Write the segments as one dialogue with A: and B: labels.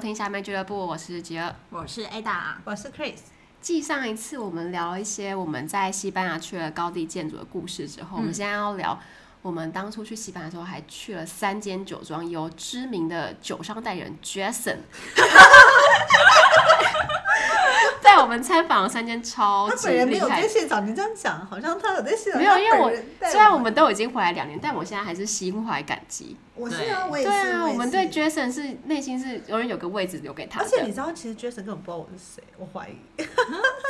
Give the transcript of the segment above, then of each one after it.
A: 听下面俱乐部，我是吉儿。
B: 我是 Ada，
C: 我是 Chris，
A: 继上一次我们聊一些我们在西班牙去了高地建筑的故事之
C: 嗯
A: 后，我们现在要聊我们当初去西班牙的时候还去了三间酒庄，由知名的酒商代言人 Jason 在我们参访了三间超
C: 他
A: 级
C: 本人没
A: 厉
C: 有
A: 害
C: 在现场，你这样讲好像他有在现场。
A: 没有，因为
C: 他
A: 我
C: 本人带
A: 虽然我们都已经回来两年，但我现在还是心怀感激。
C: 我是啊，我也是，
A: 对啊，
C: 也
A: 我
C: 是
A: 们对 Jason 是内心是永远有个位置留给他
C: 而
A: 的。
C: 且你知道，其实 Jason 根本不知道我是谁，我怀疑。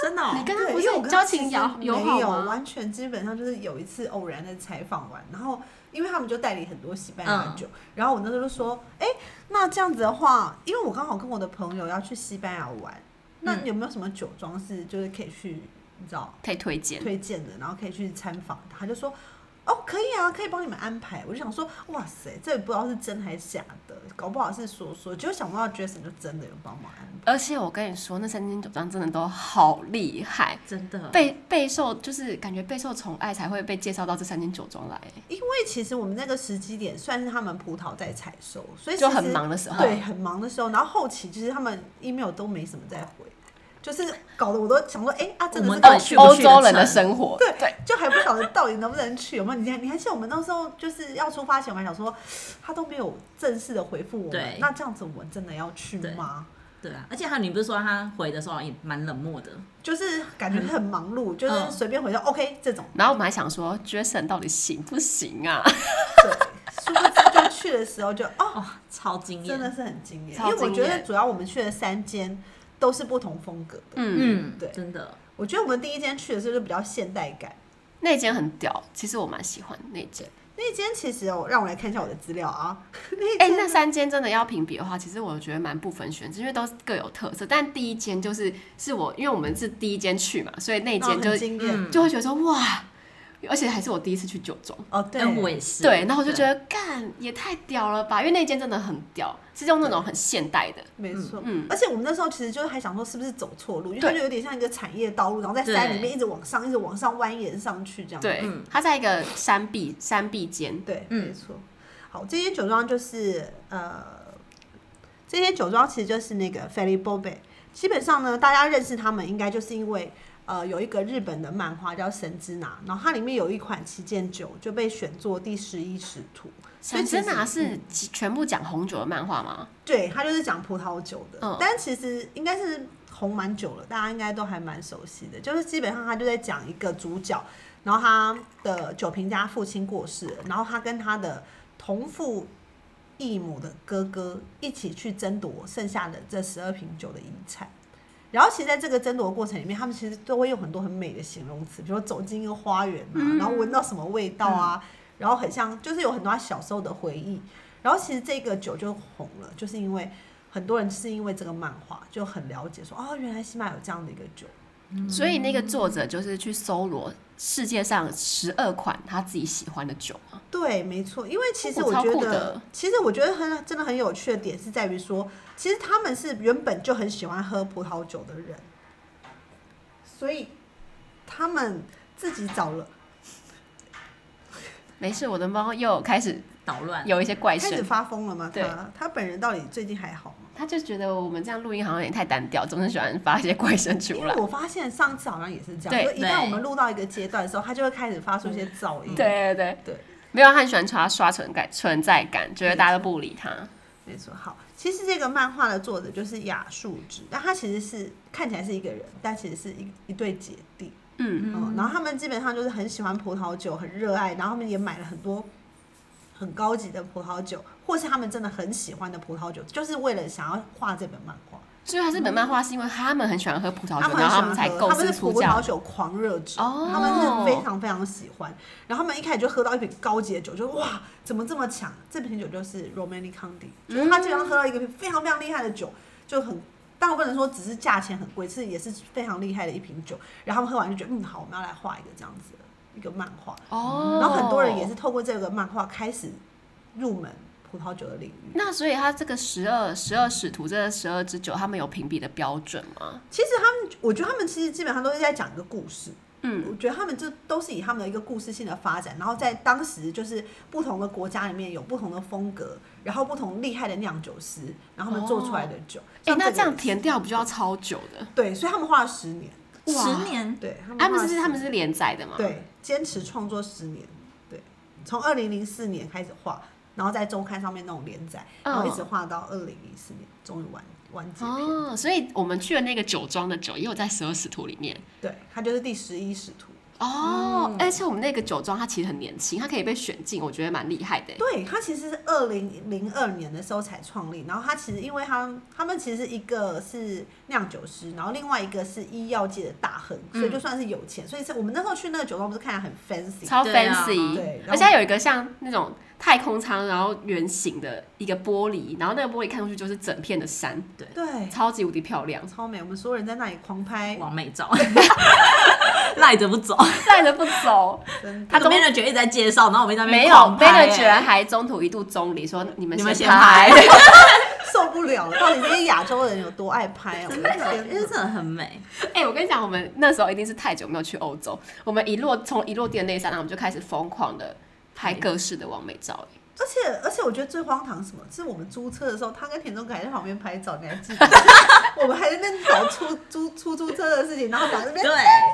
B: 真的哦、
A: 你跟他
C: 对，
A: 不
C: 因
A: 是
C: 为我跟
A: 交
C: 他其
A: 情
C: 实
A: 友友
C: 没有，
A: 好吗？
C: 完全基本上就是有一次偶然的采访完，然后因为他们就代理很多西班牙酒，然后我那时候就说，哎、那这样子的话，因为我刚好跟我的朋友要去西班牙玩，那
B: 嗯
C: 有没有什么酒庄是就是可以去，你知道？
A: 可以推荐。
C: 推荐的，然后可以去参访他，他就说。哦，可以啊，可以帮你们安排。我就想说，哇塞，这也不知道是真还是假的，搞不好是说说，就想不到 Jason 就真的有帮忙安排。
A: 而且我跟你说，那三间酒庄真的都好厉害，
B: 真的
A: 备备受就是感觉备受宠爱才会被介绍到这三间酒庄来，
C: 因为其实我们那个时机点算是他们葡萄在采收，所以
A: 就
C: 其实
A: 很忙的时候。
C: 对，很忙的时候，然后后期其实他们 email 都没什么在回，就是搞得我都想说，哎、啊，真的
B: 我们
C: 是搞
B: 到底去不
A: 欧
B: 去
A: 洲
B: 得
A: 人的
B: 成
A: 生活，
C: 对就还不晓得到底能不能去，有没有？你还你还记得我们那时候就是要出发前，我们还想说 他都没有正式的回复我们
B: 对，
C: 那这样子我们真的要去吗？
B: 对啊，而且还有你不是说他回的时候也蛮冷漠的，
C: 就是感觉很忙碌，就是随便回说 OK 这种，
A: 然后我们还想说，Jason 到底行不行啊？
C: 对，殊不知就去的时候就哦，
B: 哦，超惊
C: 真的
B: 艳，
C: 是很惊艳，
A: 超
C: 因为我觉
A: 惊
C: 得
A: 艳
C: 主要我们去了三间都是不同风格的，
A: 嗯，
B: 嗯，
C: 对
B: 真的，
C: 我觉得我们第一间去的时候就比较现代感。
A: 那间很屌，其实我蛮喜欢那间。
C: 那间其实哦，让我来看一下我的资料啊。
A: 哎、那三间真的要评比的话，其实我觉得蛮不分选址，因为都各有特色。但第一间就是是我，因为我们是第一间去嘛，所以那
C: 那
A: 间就、
C: 哦很惊艳
B: 嗯
A: 就会觉得说哇，而且还是我第一次去酒庄。
C: 哦，对，
B: 但哎我也是，
A: 对，然后我就觉
B: 得，
A: 得干也太屌了吧，因为那间真的很屌，是用那种很现代的，
C: 没错，
A: 嗯
C: 而且我们那时候其实就是还想说是不是走错路，因为它
A: 对
C: 就有点像一个产业道路，然后在山里
B: 对
C: 面一直往上，一直往上蜿蜒上去这样。
A: 对
B: 嗯，
A: 它在一个山壁山壁间，
C: 对，
B: 嗯
C: 没错。好，这间酒庄就是呃，这间酒庄其实就是那个 f e l i b o b e 基本上呢，大家认识他们应该就是因为呃有一个日本的漫画叫《神之拿》，然后它里面有一款旗舰酒就被选作第十一使徒。所
A: 神
C: 以其
A: 之
C: 实嗯
A: 拿是几全部讲红酒的漫画吗？
C: 对，它就是讲葡萄酒的，
A: 嗯
C: 但其实应该是红蛮久了，大家应该都还蛮熟悉的。就是基本上他就在讲一个主角，然后他的酒评家父亲过世了，然后他跟他的同父异母的哥哥一起去争夺剩下的这十二瓶酒的遗产。然后其实在这个争夺过程里面，他们其实都会用很多很美的形容词，比如说走进一个花园啊，然后闻到什么味道啊，然后很像就是有很多他小时候的回忆。然后其实这个酒就红了，就是因为很多人是因为这个漫画就很了解说，哦，原来西马有这样的一个酒。嗯
A: 所以那个作者就是去搜罗世界上十二款他自己喜欢的酒嘛，
C: 对，没错，因为其实
A: 哦
C: 我
A: 超
C: 觉
A: 哦酷
C: 得
A: 的，
C: 其实我觉得很真的很有趣的点是在于说，其实他们是原本就很喜欢喝葡萄酒的人，所以他们自己找了
A: 没事，我的猫又开始
B: 捣乱，
A: 有一些怪
C: 开始
A: 声，
C: 发疯了吗？
A: 对
C: 他他本人到底最近还好吗？
A: 它就觉得我们这样录音好像有点太单调，总是喜欢发一些怪声
C: 因
A: 出
C: 为
A: 来。
C: 我发现上次好像也是这样，
A: 对嗯
C: 就一旦
B: 对
C: 我们录到一个阶段的时候，他就会开始发出一些噪音。
A: 对对对
C: 对，
A: 没有，他很喜欢刷刷存在存在感，觉得大家都不理他。
C: 没错，好，其实这个漫画的作者就是雅树直，那他其实是看起来是一个人，但其实是一一对姐弟，
A: 嗯，
C: 嗯，然后他们基本上就是很喜欢葡萄酒，很热爱，然后他们也买了很多很高级的葡萄酒，或是他们真的很喜欢的葡萄酒，就是为了想要画这本漫画，
A: 所以他这本漫画是因为他们很喜欢喝葡萄
C: 他
A: 酒，
C: 们
A: 哦然后
C: 很喜
A: 他们才
C: 欢喝，
A: 构
C: 他们
A: 思
C: 是葡
A: 出这样
C: 萄酒狂热者，
A: 哦
C: 他们是非常非常喜欢，然后他们一开始就喝到一瓶高级的酒，就哇，怎么这么强？这瓶酒就是 Romani Condi，就是他基本上
A: 嗯
C: 喝到一个非常非常厉害的酒，就很。但我不能说只是价钱很贵，是也是非常厉害的一瓶酒。然后他们喝完就觉得，嗯，好，我们要来画一个这样子的一个漫画。
A: 哦，
C: 然后很多人也是。透过这个漫画开始入门葡萄酒的领域。
A: 那所以他这个十二十二使徒这十二支酒，他们有评比的标准吗？
C: 其实他们，我觉得他们其实基本上都是在讲一个故事，
A: 嗯，
C: 我觉得他们这都是以他们的一个故事性的发展，然后在当时就是不同的国家里面有不同的风格，然后不同厉害的酿酒师，然后他们做出来的酒。
A: 哎、
C: 像
A: 那这
C: 个
A: 样填掉不就要超久的？
C: 对，所以他们花了十年，
A: 哇
B: 十年，
C: 对他们
A: 他们
C: 花
A: 啊
C: 了
A: 是
C: 10
A: 他们是连载的嘛？，
C: 对坚持创作十年，对，从二零零四年开始画，然后在周刊上面那种连载，然后一直画到二零零四年终于完完结篇。
A: 嗯哦，所以我们去的那个酒庄的酒也有在十二使徒里面
C: 对，它就是第十一使徒。
A: 哦、
C: 嗯
A: 而且我们那个酒庄它其实很年轻，它可以被选进，我觉得蛮厉害
B: 欸
A: 的。
C: 对，它其实是二零零二年的时候才创立，然后它其实因为它他们其实一个是酿酒师，然后另外一个是医药界的大亨，所
B: 嗯
C: 以就算是有钱，所以是我们那时候去那个酒庄不是看起来很 fancy，
A: 超
B: 对啊
A: fancy，、
C: 对然后
A: 而且它有一个像那种太空舱，然后圆形的一个玻璃，然后那个玻璃看出去就是整片的山，
C: 对，
A: 超级无敌漂亮，
C: 超美，我们所有人在那里狂拍，
B: 往美 照，赖着不走。
A: 赖着不走。
C: 真的
A: 他
B: 他
A: 都
B: 都没人觉得一直在介绍，然后我们在那边
A: 没有
B: 狂
A: b
B: 拍
A: a
B: 欸
A: 居然还中途一度中离说你们
B: 你们先
A: 拍，
C: 受不了了，到底这些亚洲人有多爱拍啊！我
B: 真
C: 的
B: 的，因
C: 天
B: 为
C: 哪，
B: 真的很美。
A: 哎、我跟你讲，我们那时候一定是太久没有去欧洲，我们一落从一落地的那一刹那，我们就开始疯狂的拍各式的完美照。哎
C: 而且而且我觉得最荒唐是什么？是我们租车的时候，他跟田中凯在旁边拍照，你还记得？ 我们还在那边搞出租出租车的事情，然后两个人
B: 对，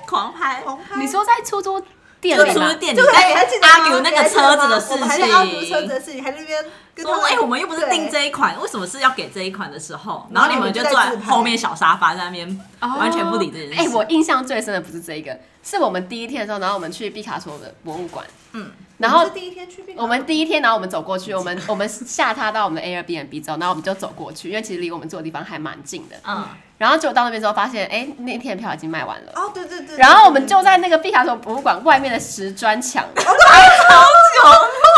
B: 狂拍。
C: 狂拍。
A: 你说在出租店
B: 就
A: 里
B: 出
A: 吗？
B: 店
C: 就
B: 你
C: 是
B: 在
C: 你还记得吗
B: argue 那个车子的事
C: 你还记得吗我们还在 argue 车子
B: 情。
C: 的事情，还在那边跟他
B: 说哎、我们又不是
C: 对
B: 订这一款，为什么是要给这一款的时候，然
C: 然后
B: 后你们就坐在后面小沙发在那边，
A: 哦
B: 完全不理这件事。
A: 哎、我印象最深的不是这一个，是我们第一天的时候，然后我们去毕卡索的博物馆，
B: 嗯，
A: 然后
C: 我们是第一天去冰岛，
A: 我们第一天，然后我们走过去，我们我们下榻到我们的 Airbnb 之后，然后我们就走过去，因为其实离我们住的地方还蛮近的。
B: 嗯，
A: 然后结果到那边之后，发现哎、那天的票已经卖完了。
C: 哦，对对对对，
A: 然后我们就在那个毕卡索博物馆外面的石砖 墙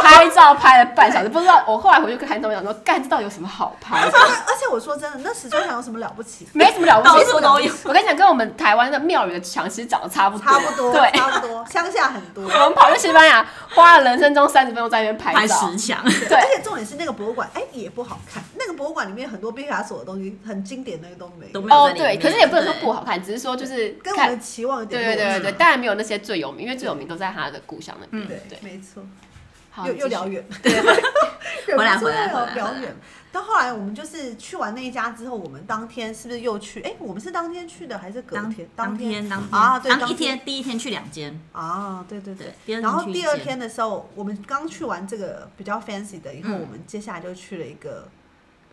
A: 拍照拍了半小时，不知道我后来回去跟韩总讲说，干这到底有什么好拍的？
C: 而且而且我说真的，那石砖墙有什么了不起？
A: 没什么了不
B: 到
A: 起，
B: 处都有。
A: 我跟你讲，跟我们台湾的庙宇的墙其实长得差不多，
C: 差不多，
A: 对，
C: 差不多，乡下很多。
A: 我们跑去西班牙花了人生中三十分钟在那边拍
B: 拍
A: 照，
B: 十强，
A: 对
C: 而且重点是那个博物馆，哎，也不好看。那个博物馆里面很多毕卡索的东西，很经典的那个都没有
B: 都没有
A: 哦
B: 在里
A: 对，
B: 面
A: 可是也不能说
B: 对
A: 不好看，只是说就是
C: 跟我
A: 看
C: 们的期望有
A: 对对
C: 点
A: 对
C: 落
A: 对
C: 差。
A: 对，当然没有那些最有名，因为最有名都在他的故乡那边。
B: 嗯
C: 对
A: 对，
C: 没错，
A: 好，
C: 又
A: 啊
C: 又
A: 继续
C: 聊远，
B: 回来
C: 忍不住
B: 回来
C: 要
B: 回来
C: 聊
B: 回来
C: 远。到后来我们就是去完那一家之后，我们当天是不是又去？哎，我们是当天去的还是隔
B: 当
C: 天？
B: 当天当天
C: 啊对
B: 当
C: 当
B: 一
C: 天
B: 天第一天去两间，
C: 啊，对对对
B: 对。第二天
C: 然后
B: 去一
C: 第二
B: 间
C: 天的时候，我们刚去完这个比较 fancy 的以后，
B: 嗯
C: 我们接下来就去了一个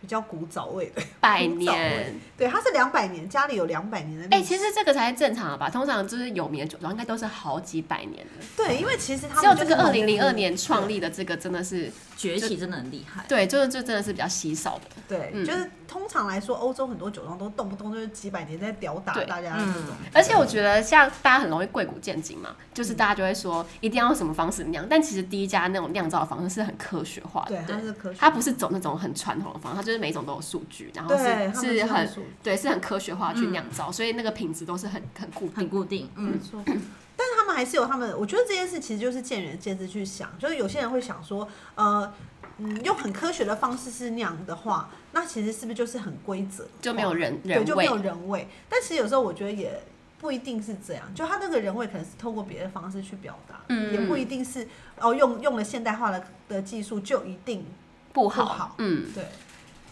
C: 比较古早味的，
A: 百
C: 古早味
A: 年。
B: 嗯
C: 对，它是两百年，家里有两百年的
A: 哎、
C: 历史。
A: 其实这个才是正常的吧？通常就是有名的酒庄，应该都是好几百年的。
C: 对，因为其实他
A: 只有
C: 们
A: 这
C: 就是
A: 个
C: 农
A: 二零零二
C: 夫
A: 年创立的这个，真的是
B: 崛起真的很厉害。
A: 对，就是就真的是比较稀少的。
C: 对，
A: 嗯
C: 就是通常来说，欧洲很多酒庄都动不动就是几百年在吊打
A: 对
C: 大家的那种
B: 嗯。，
A: 而且我觉得，像大家很容易贵古见今嘛，就是
C: 嗯
A: 大家就会说一定要用什么方式酿，但其实第一家那种酿造的方式是很科学化的，
C: 对，它是科学，
A: 它不是走那种很传统的方式，它就是每一种都有数据，然后
C: 对他们
A: 是
C: 是
A: 很
C: 数据嗯
A: 对是很科学化去酿造，所以那个品质都是很很固定
B: 很。固定，嗯
C: 没，错。但是他们还是有他们，我觉得这件事其实就是见仁见智去想，就是有些人会想说，呃，嗯，用很科学的方式是酿的话，那其实是不是就是很规则化，
A: 就没有人
C: 对，
A: 人
C: 就没
A: 味
C: 有人味。但其实有时候我觉得也不一定是这样，就他那个人味可能是透过别的方式去表达，
A: 嗯
C: 也不一定是哦用用了现代化的的技术就一定
A: 不
C: 不好
A: 嗯
C: 对，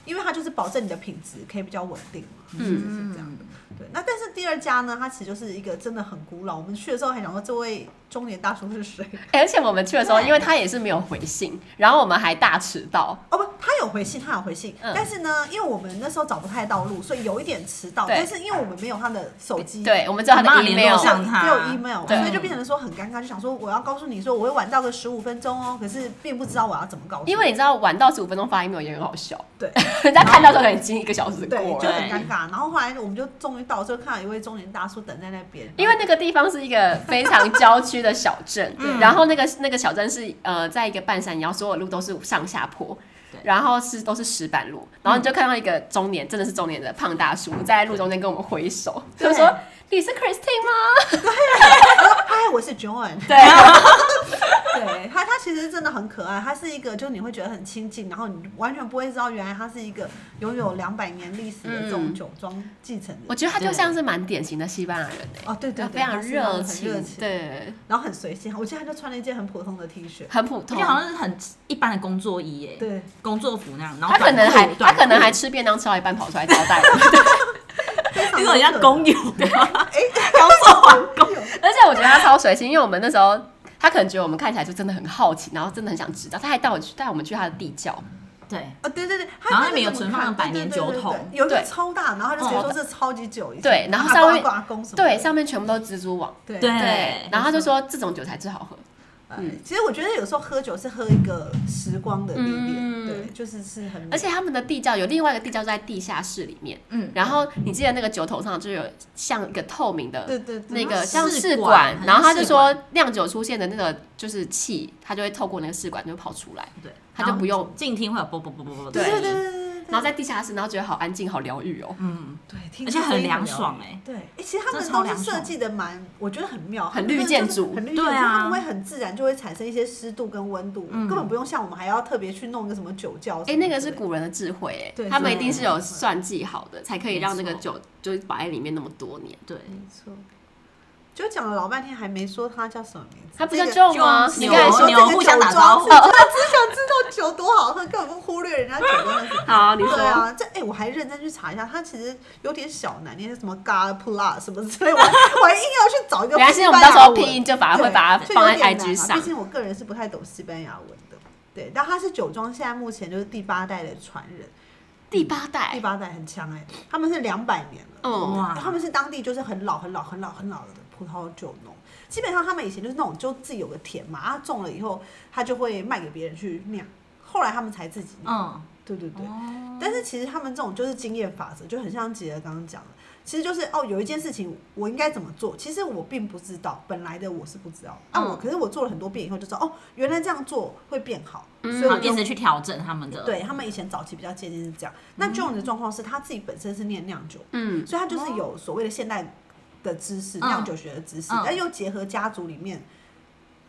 C: 因为它就是保证你的品质可以比较稳定嘛，
A: 嗯
C: 是这样的。对，那但是第二家呢，它其实就是一个真的很古老。我们去的时候还想说这位中年大叔是谁？
A: 欸而且我们去的时候，
B: 对
A: 因为他也是没有回信，然后我们还大迟到，
C: 哦不，他有回信，他有回信，
A: 嗯
C: 但是呢，因为我们那时候找不太到路，所以有一点迟到。
A: 对
C: 但是因为我们没有他的手机，
A: 对，我们知道他
B: 我
A: 的
B: 们有联
A: email，
B: 络上
C: 只
B: 他
C: 有 email，
A: 对
C: 所以就变成说很尴尬，就想说我要告诉你说我会晚到个十五分钟哦，可是并不知道我要怎么告诉你，
A: 因为你知道晚到十五分钟发 email 也很好笑，
C: 对
A: 人家看到之后可能已经一个小时
C: 对
A: 过
C: 就
A: 了。
C: 很尴尬。然后后来我们就终于到，就看到一位中年大叔等在那边，
A: 因为那个地方是一个非常郊区的小镇，
B: 嗯
A: 然后那个那个小镇是呃，在一个半山腰，所有路都是上下坡
B: 对，
A: 然后是都是石板路，然后你就看到一个中年，真的是中年的胖大叔在路中间跟我们挥手，就
C: 对
A: 说你是 Christine 吗？
C: 他嗨，我是 John。
A: 对，
C: 对他，他其实真的很可爱。他是一个，就是你会觉得很亲近，然后你完全不会知道，原来他是一个拥有两百年历史的这种
A: 嗯
C: 酒庄继承人。
A: 我觉得他就
B: 对
A: 像是蛮典型的西班牙人诶、
C: 哦，对对对，
A: 非常
C: 他是那种
A: 热
C: 很
A: 情，
C: 热情，
A: 对，
C: 然后很随性。我记得他就穿了一件很普通的 T 恤，
A: 很普
B: 而
A: 通
B: 且。好像是很一般的工作衣耶，
C: 对，
B: 工作服那样，然后
A: 他可能还
B: 短裤
A: 他可能还，吃便当吃到一半跑出来交代，
B: 短裤有点像
C: 非常可爱
B: 工友，
C: 哎，高手完工，
A: 而且我觉得他超随性，因为我们那时候他可能觉得我们看起来就真的很好奇，然后真的很想知道，他还带我去带我们去他的地窖，
B: 对，
C: 啊，对对对，他
B: 然后
C: 他
B: 那边有
C: 怎
B: 存
C: 么
B: 放
C: 看
B: 了百
C: 对对
B: 年
C: 对
B: 酒
C: 对对
B: 桶
C: 有一个
A: 对
C: 超大，然后他就直接
A: 超
C: 说
A: 大
C: 这超级久以前，
A: 对然后
C: 阿
A: 上
C: 公
A: 面
C: 阿公阿公什么的，
A: 对，上面全部都是蜘蛛网，
C: 对
B: 对
A: 对，然后他就
C: 没错
A: 说这种酒才最好喝，
C: 哎
A: 嗯
C: 其实我觉得有时候喝酒是喝一个时光的历练，
A: 嗯
C: 对，就是是很美，
A: 而且他们的地窖有另外一个地窖就在地下室里面，
B: 嗯，
A: 然后你记得那个酒桶上就有像一个透明的
C: 对对
A: 那
C: 对
B: 好
A: 个像
B: 像试
A: 试
B: 管
A: 管，然后
B: 好
A: 他
B: 像
A: 就
B: 试管
A: 说酿酒出现的那个就是气，它就会透过那个试管就跑出来，
B: 对，
A: 他就不
B: 用
A: 用，
B: 静听会有啵啵啵啵啵，
C: 对对对
B: 对，
C: 对对，
A: 然后在地下室，然后觉得好安静，好疗愈哦，
B: 嗯，
C: 对，听
B: 而且
C: 起来
B: 很
C: 非常
B: 凉
C: 疗愈
B: 爽哎，
C: 对，诶其实他
B: 真的
C: 们
B: 超
C: 都是
B: 凉
C: 设
B: 爽
C: 计的蛮，我觉得很妙，
A: 很
C: 他们
A: 绿
C: 真的
A: 建
C: 就是
A: 筑
C: 很绿建
B: 对
C: 筑，他
B: 啊
C: 们会很自然就会产生一些湿度跟温度，
B: 嗯
C: 根本不用像我们还要特别去弄个什么酒窖什
A: 哎，
C: 么
A: 那
C: 之类的。
A: 个是古人的智慧，哎
C: 对，
A: 他们一
B: 对
A: 定是有算计好的，才可以让那个
B: 没错
A: 酒就是摆在里面那么多年。
B: 对，
C: 没错，就讲了老半天还没说他叫什么名字，
A: 他不
C: 这
A: 叫
C: 个
A: Joe
C: 哦
A: 吗？
B: Joe
A: 你
B: 牛
A: 刚才说
C: 这个
B: 牛互相打招呼
C: 酒庄是，他啊只想知道酒多好喝，根本不忽略人家酒庄的事。
A: 好，你
C: 对
A: 说
C: 啊，这哎、我还认真去查一下，它其实有点小难念，是什么 God Plus 什么 之类，我我还硬要去找一个
A: 原来是
C: 西
A: 我们
C: 班
A: 到
C: 牙
A: 时候
C: 文
A: 拼音就把它会
C: 对
A: 把它
C: 就
A: 放在
C: 有点
A: IG
C: 难啊
A: 上
C: 毕竟我个人是不太懂西班牙文的。对，但他是酒庄现在目前就是第八代的传人，
A: 第八
C: 第
A: 代，
C: 八代很强哎、他们是两百年了。
A: 嗯，
B: 哇
C: 他们是当地就是很老很老很老很老的葡萄酒农，基本上他们以前就是那种就自己有个田嘛，他种了以后他就会卖给别人去酿，后来他们才自己酿。
B: 嗯，
C: 对对对。
B: 哦
C: 但是其实他们这种就是经验法则，就很像杰儿刚刚讲的，其实就是哦，有一件事情我应该怎么做，其实我并不知道，本来的我是不知道，啊我
B: 嗯
C: 可是我做了很多遍以后就知道，哦，原来这样做会变好，所
A: 嗯
C: 以我
B: 好
C: 就
B: 一直去调整他们的，
C: 对他们以前早期比较接近是这样。
B: 嗯
C: 那 John 的状况是他自己本身是念酿酒，
A: 嗯，
C: 所以他就是有所谓的现代的知识，
B: 哦嗯
C: 酿酒学的知识
B: 嗯，
C: 但又结合家族里面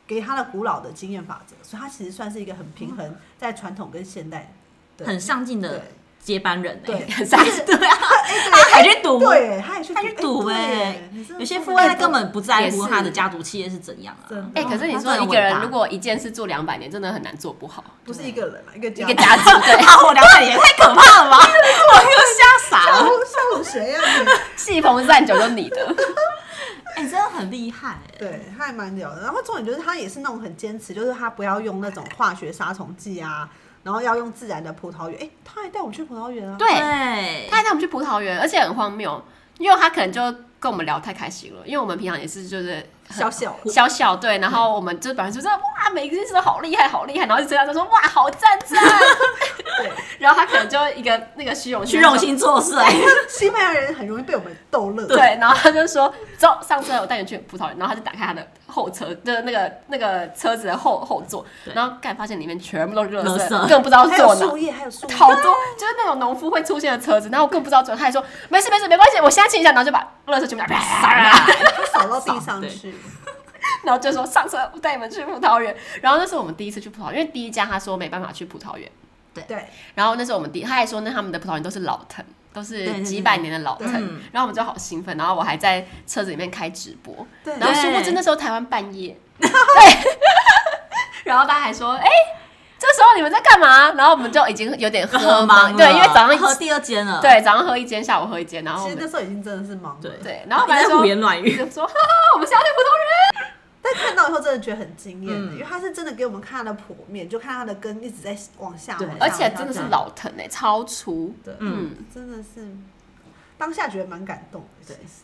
C: 给他的古老的经验法则，所以他其实算是一个很平衡在传统跟现代的
B: 嗯很上进
C: 对
B: 的接班人
C: 对
B: 哎，
A: 很伤心。
B: 对啊，他还去赌，
C: 对，他也去
B: 他去赌
C: 哎
B: 哎
C: 对你真的
B: 有些
C: 说
B: 富
C: 得
B: 二代
C: 对
B: 根本不在
A: 也
B: 乎
A: 是
B: 他的家族企业是怎样啊
C: 真，的
A: 哎，可是你
B: 他
A: 说
B: 真
A: 一
B: 的
A: 个
B: 很伟
A: 人
B: 大
A: 如 果一件事做两百年，真的很难做不好。
C: 不是一个人嘛，一个
A: 一
C: 一
A: 个家族 对，
B: 怕我两百年太可怕了吧？ 我又吓傻
C: 像
B: 了。
C: 像谁啊呀？你
A: 戏棚散酒就你的，
B: 哎、真的很厉害、哎，
C: 对，他还蛮屌的。然后重点就是他也是那种很坚持，就是他不要用那种化学杀虫剂啊，然后要用自然的葡萄园。哎、他还带我们去葡萄园啊。
A: 对，
B: 对
A: 他还带我们去葡萄园，而且很荒谬，因为他可能就跟我们聊太开心了，因为我们平常也是就是
C: 小小的
A: 小小对，然后我们就本来就说哇，每个律师都好厉害，好厉害，然后就这样就说哇，好赞 赞，
C: 对，
A: 然后他可能就一个那个虚荣
B: 虚
A: 心
B: 荣，心 作祟，
C: 西班牙人很容易被我们逗乐。
A: 对，然后他就说走，上车我带你去葡萄园，然后他就打开他的后车，就是那个那个车子的后后座，
B: 对
A: 然后干发现里面全部都是垃
B: 垃圾
A: 圾，更不知道
C: 还
A: 坐
C: 有
A: 哪
C: 树。叶，还有树叶。
A: 好多就是那种农夫会出现的车子，然后我更不知道准，他还说没事没事没关系，我现在清一下，然后就把垃圾全部啪撒 啦，
C: 他扫到地上
B: 对
C: 去。
A: 然后就说上车，我带你们去葡萄园。然后那是我们第一次去葡萄园，因为第一家他说没办法去葡萄园，
C: 对，
A: 然后那是我们第，他还说那他们的葡萄园都是老藤，都
B: 对
A: 是
B: 对
A: 几百年的老藤
B: 对嗯，
A: 然后我们就好兴奋，然后我还在车子里面开直播，
C: 对
A: 然后殊不知那时候台湾半夜，对， 然后大家还说哎。这时候你们在干嘛？然后我们就已经有点喝
B: 喝
A: 茫
B: 忙了
A: 对，因为早上
B: 喝第二间了，
A: 对，早上喝一间，下午喝一间，然后我
C: 其实那
A: 们
C: 时候已经真的是忙了
B: 对。
A: 哦对，然后
B: 一直
A: 本来
B: 在
A: 说
B: 胡言乱 语，
A: 就说哈哈，我们是要去葡萄园，
C: 但看到以后真的觉得很惊艳，
B: 嗯
C: 因为他是真的给我们看他的剖面，就看他的根一直在往下，
B: 对
C: 往下
A: 而且真的是，
C: 往
A: 老藤哎、超粗，
C: 下对，
B: 嗯，
A: 嗯，
C: 真的是当下觉得蛮感动的。其
B: 对
C: 实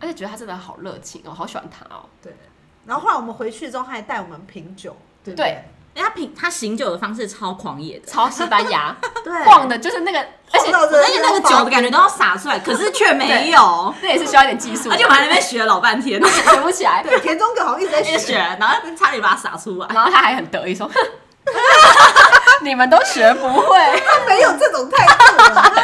A: 而且觉得他真的好热情哦，好喜欢他哦，
C: 对，然后后来我们回去之后，他还带我们品酒，对不
A: 对
B: 哎、他品他醒酒的方式超狂野的，
A: 超西班牙，
C: 对
A: 逛的就是那个，而且
C: 晃到真
B: 而
C: 的
B: 且
C: 是
B: 那个
C: 发
B: 酒的感觉都要洒出来，可是却没有，
A: 那也是需要一点技术，
B: 而且我还在那边学了老半天，一
A: 学不起来，
C: 对，田中哥好像一直在
B: 直学，
C: 学，
B: 然后差点把它洒出来。
A: 然后他还很得意说， 哼你们都学不会，
C: 他没有这种态度啊。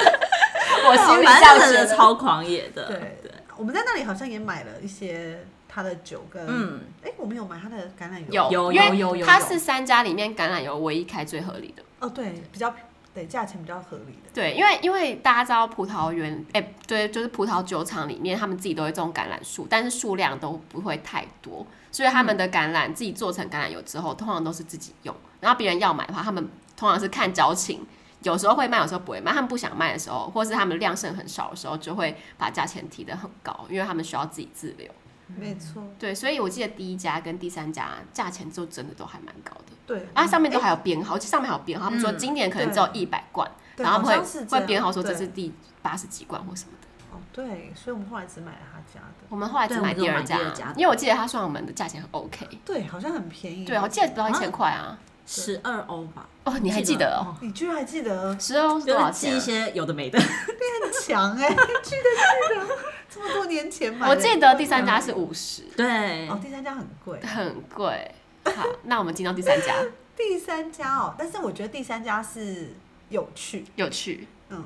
A: 我心里这
B: 反
A: 样
B: 正真
A: 觉
B: 的
A: 得，
B: 超狂野的，
C: 对，我们在那里好像也买了一些他的酒跟，
B: 嗯，
C: 哎、我们有买他的橄榄油，
A: 有
B: 有
A: 因
B: 有有
A: 为
B: 有
A: 它
B: 有
A: 是三家里面橄榄油唯一开最合理的。
C: 哦，对，比较对，价钱比较合理的，
A: 对，因为因为大家知道葡萄园，哎、对，就是葡萄酒厂里面他们自己都会种橄榄树，但是数量都不会太多，所以他们的橄榄、自己做成橄榄油之后，通常都是自己用。然后别人要买的话，他们通常是看交情，有时候会卖，有时候不会卖。他们不想卖的时候，或是他们量剩很少的时候，就会把价钱提得很高，因为他们需要自己自留。
C: 没错，
A: 对，所以我记得第一家跟第三家价钱就真的都还蛮高的，
C: 对，
A: 啊，上面都还有编号，而且上面还有编号，他们说
B: 嗯
A: 今年可能只有一百罐。
C: 对，
A: 然后
C: 好
A: 会
C: 像是这
A: 会
C: 样
A: 编号说这
C: 对
A: 是第八十几罐或什么的。
C: 哦，对，所以我们后来只买了他家的，
A: 我们后来只
B: 对
A: 买
B: 我们
A: 第
B: 就
A: 二
B: 买第
A: 家
B: 二家，的
A: 因为我记得他算我们的价钱很 OK。
C: 对，好像很便宜。
A: 对，我记得不到一千块啊。
B: 十二欧吧。
A: 哦，你还记得哦？
B: 哦？
C: 你居然还记得，
A: 十欧是
B: 就
A: 多少
B: 是记
A: 钱
B: 一
A: 啊？
B: 些有的没的，
C: 很强 哎、记得记得，这么多年前买的。
A: 我记得第三家是五十，
B: 对
C: 哦，，第三家很贵，
A: 很贵。好，那我们进到第三家，
C: 第三家哦，但是我觉得第三家是有趣，
A: 有趣。
C: 嗯。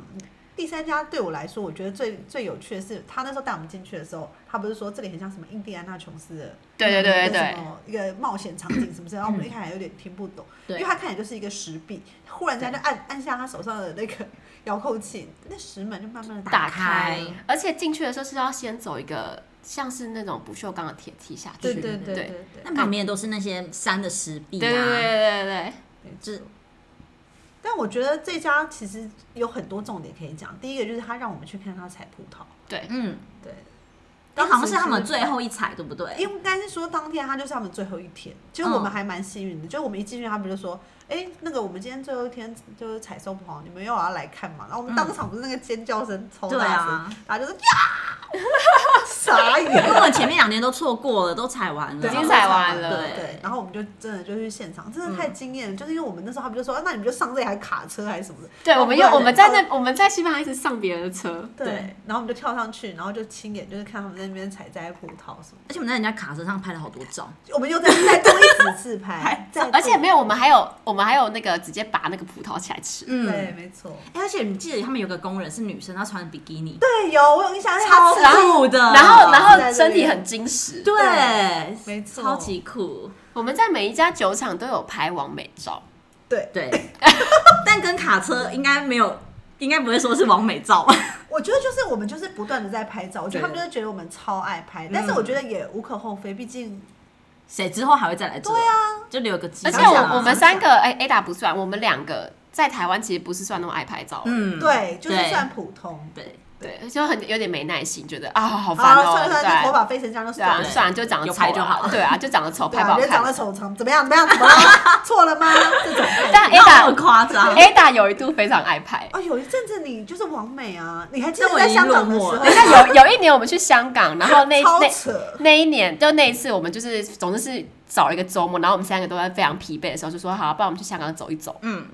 C: 第三家对我来说，我觉得最最有趣的是，他那时候带我们进去的时候，他不是说这里很像什么印第安纳琼斯的
A: 对对对对嗯
C: 一个
A: 对，
C: 什么一个冒险场景什么之类的，然后我们一开始有点听不懂，因
B: 对
C: 为他看起来就是一个石壁，忽然间就按按下他手上的那个遥控器，那石门就慢慢的
A: 打
B: 开
A: 开，而且进去的时候是要先走一个像是那种不锈钢的铁梯下去。
C: 对
A: 对
C: 对对
A: 对
C: 对对，
B: 那旁边都是那些山的石壁
A: 对对
B: 啊，
A: 对对
B: 就是
C: 但我觉得这家其实有很多重点可以讲。第一个就是他让我们去看他采葡萄，
A: 对
B: 嗯，
C: 对，
B: 哎
C: 当时
B: 好像是他们
C: 其实
B: 最，后一踩，对不对？
C: 应该是说当天他就是他们最后一天。其实我们还蛮幸
B: 嗯
C: 运的，就我们一进去，他们就说：“哎、那个我们今天最后一天就是采收葡萄，你们又要来看嘛？”然后我们当场不是那个尖叫声超
B: 对
C: 大声，
B: 啊，
C: 然后就是呀， 傻
B: 因为我
C: 眼。
B: 们前面两年都错过了，都踩完了，
A: 已经采完了嗯
C: 对，对然后我们就真的就去现场，真的太惊艳了。就是因为我们那时候他们就说，啊那你们就上这台卡车还是什么的，
A: 对，我们又我们在
C: 那。
A: 那我们在西班牙一直上别人的车，
C: 对
B: 对，
C: 然后我们就跳上去，然后就亲眼就是看他们在那边采摘葡萄什么
B: 而且我们在人家卡车上拍了好多照，
C: 的，我们又在再多一次自拍
B: 拍，
C: 再
A: 而且
C: 多
A: 没有，我们还有我们还有那个直接拔那个葡萄起来吃。
B: 嗯，
C: 对，
B: 哎，
C: 没错，
B: 而且你记得他们有个工人是女生，她穿比基尼，
C: 对，有我有印象，而且他
B: 超
C: 吃了
B: 酷的，
A: 哦然后，然
C: 啊在
A: 后
C: 这
A: 身体
C: 边
A: 很矜持。
B: 对，
C: 没错
B: 超级酷，
A: 我们在每一家酒厂都有拍完美照，
C: 对，
B: 对， 但跟卡车应该没有，应该不会说是完美照吧？
C: 我觉得就是我们就是不断的在拍照，我觉得他们
B: 对
C: 就觉得我们超爱拍，但是
A: 嗯
C: 我觉得也无可厚非，毕竟
B: 谁之后还会再来这？对啊，就留个纪
A: 而
B: 念
A: 且
B: 啊。
C: 想
A: 我我们
C: 想
A: 三个，哎，Ada 不算，我们两个在台湾其实不是算那么爱拍照，嗯，
B: 嗯，
C: 对，就是
B: 对
C: 算普通，
B: 对，
A: 对，就很有点没耐心，觉得啊，好
C: 好
A: 烦
C: 了，
A: 哦，
C: 算了算了，头
A: 对。
C: 发飞成这样就
A: 对
C: 算
A: 啊，
C: 了。
A: 算了，就长得
B: 有
A: 丑啊
B: 拍就好
A: 对啊，就长得丑，
C: 对
A: 拍不
C: 啊，
A: 好
C: 人长
A: 看
C: 得。丑，长怎么样？怎么样？怎么了？错了吗？这种。
A: 但
B: 那么
A: Ada
B: 夸张，
A: Ada 有一度非常爱拍，
C: 哦，有一阵子你就是王美啊，你还记
B: 那
C: 得
B: 我已
C: 在
B: 经
C: 香港的
B: 落
C: 时
B: 寞
C: 候
B: 了，
A: 等一 下有有一年我们去香港，然后哦那
C: 超
A: 那
C: 扯。
A: 那一年，就那一次，我们就是总之是找了一个周末，然后我们三个都在非常疲惫的时候，就说好，不然我们去香港走一走。
B: 嗯，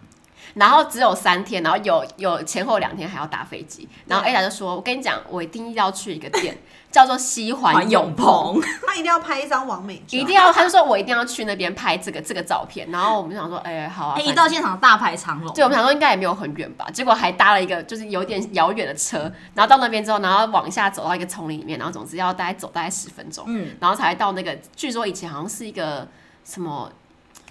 A: 然后只有三天，然后有有前后两天还要搭飞机。然
B: 嗯
A: 后
C: 对
A: Ada 就说：“我跟你讲，我一定要去一个店，叫做西环
B: 环
A: 永
B: 永
A: 鹏，
B: 鹏，
C: 他一定要拍一张完美照，
A: 一定要。”他就说：“我一定要去那边拍这个这个照片。”然后我们就想说：“哎、好啊。
B: 哎
A: 反
B: 一
A: 正
B: 到现场大排长龙，
A: 对，我们想说应该也没有很远吧，结果还搭了一个就是有点遥远的车，然后到那边之后，然后往下走到一个丛林里面，然后总之要大概走大概十分钟，
B: 嗯，
A: 然后才到那个，据说以前好像是一个什么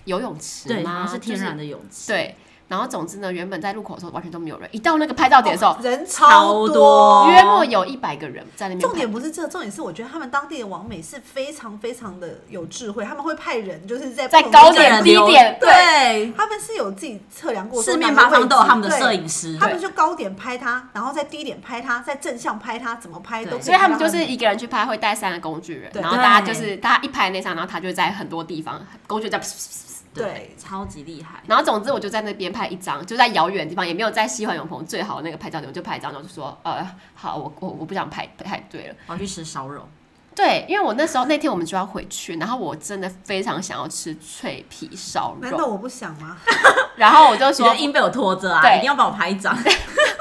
A: 游泳池
B: 对，
A: 吗？
B: 然后是天
A: 就是
B: 然的勇气，
A: 对，然后总之呢，原本在路口的时候完全都没有人，一到那个拍照点的时候，
C: 人
B: 超
C: 多
B: 多。
A: 约莫有一百个人在那边
C: 重
A: 拍。
C: 点不是这，重点是我觉得他们当地的网美是非常非常的有智慧，他们会派人就是在
A: 在
C: 不同
A: 高
C: 的
A: 点
C: 地
B: 一个人留
A: 低点
B: 对
C: 方，，他们是有自己测量过，
B: 四面八方都有他们的摄
C: 影。
B: 影师，
C: 他们就高点拍他，然后在低点拍他，在正向拍他，怎么拍都可以
B: 对
A: 所以他们
C: 看
A: 就
C: 到
A: 是一个人去拍，会带三个工具人，
C: 对
A: 然后大家
B: 对
A: 就是大家一拍那场，然后他就在很多地方工具在噗噗噗噗噗，
C: 对
B: 超级厉害。
A: 然后总之我就在那边拍一张，就在遥远的地方，也没有在西环永鹏最好的那个拍照点，我就拍一张，然后就说呃好，我我我不想排排队了。
B: 我要去吃烧肉，
A: 对，因为我那时候那天我们就要回去，然后我真的非常想要吃脆皮烧
C: 难道
A: 肉，
C: 我不想吗？
A: 然后我就
B: 你
A: 说
B: 的硬被我拖着啊，
A: 对
B: 一定要帮我拍一张。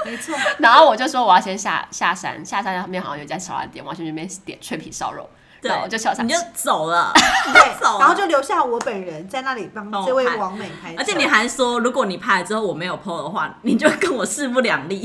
C: 没错，
A: 然后我就说我要先下下山，下山旁边好像有一家烧腊店，我要去那边点脆皮烧肉，然后我就下山
B: 你
A: 吃
B: 就。走 了，走
C: 对，
B: 啊
C: 然后就留下我本人在那里帮
B: 帮我
C: 这位
B: 拍
C: 网美拍照，
B: 而且你还说，如果你拍了之后我没有 PO 的话，你就跟我势不两立。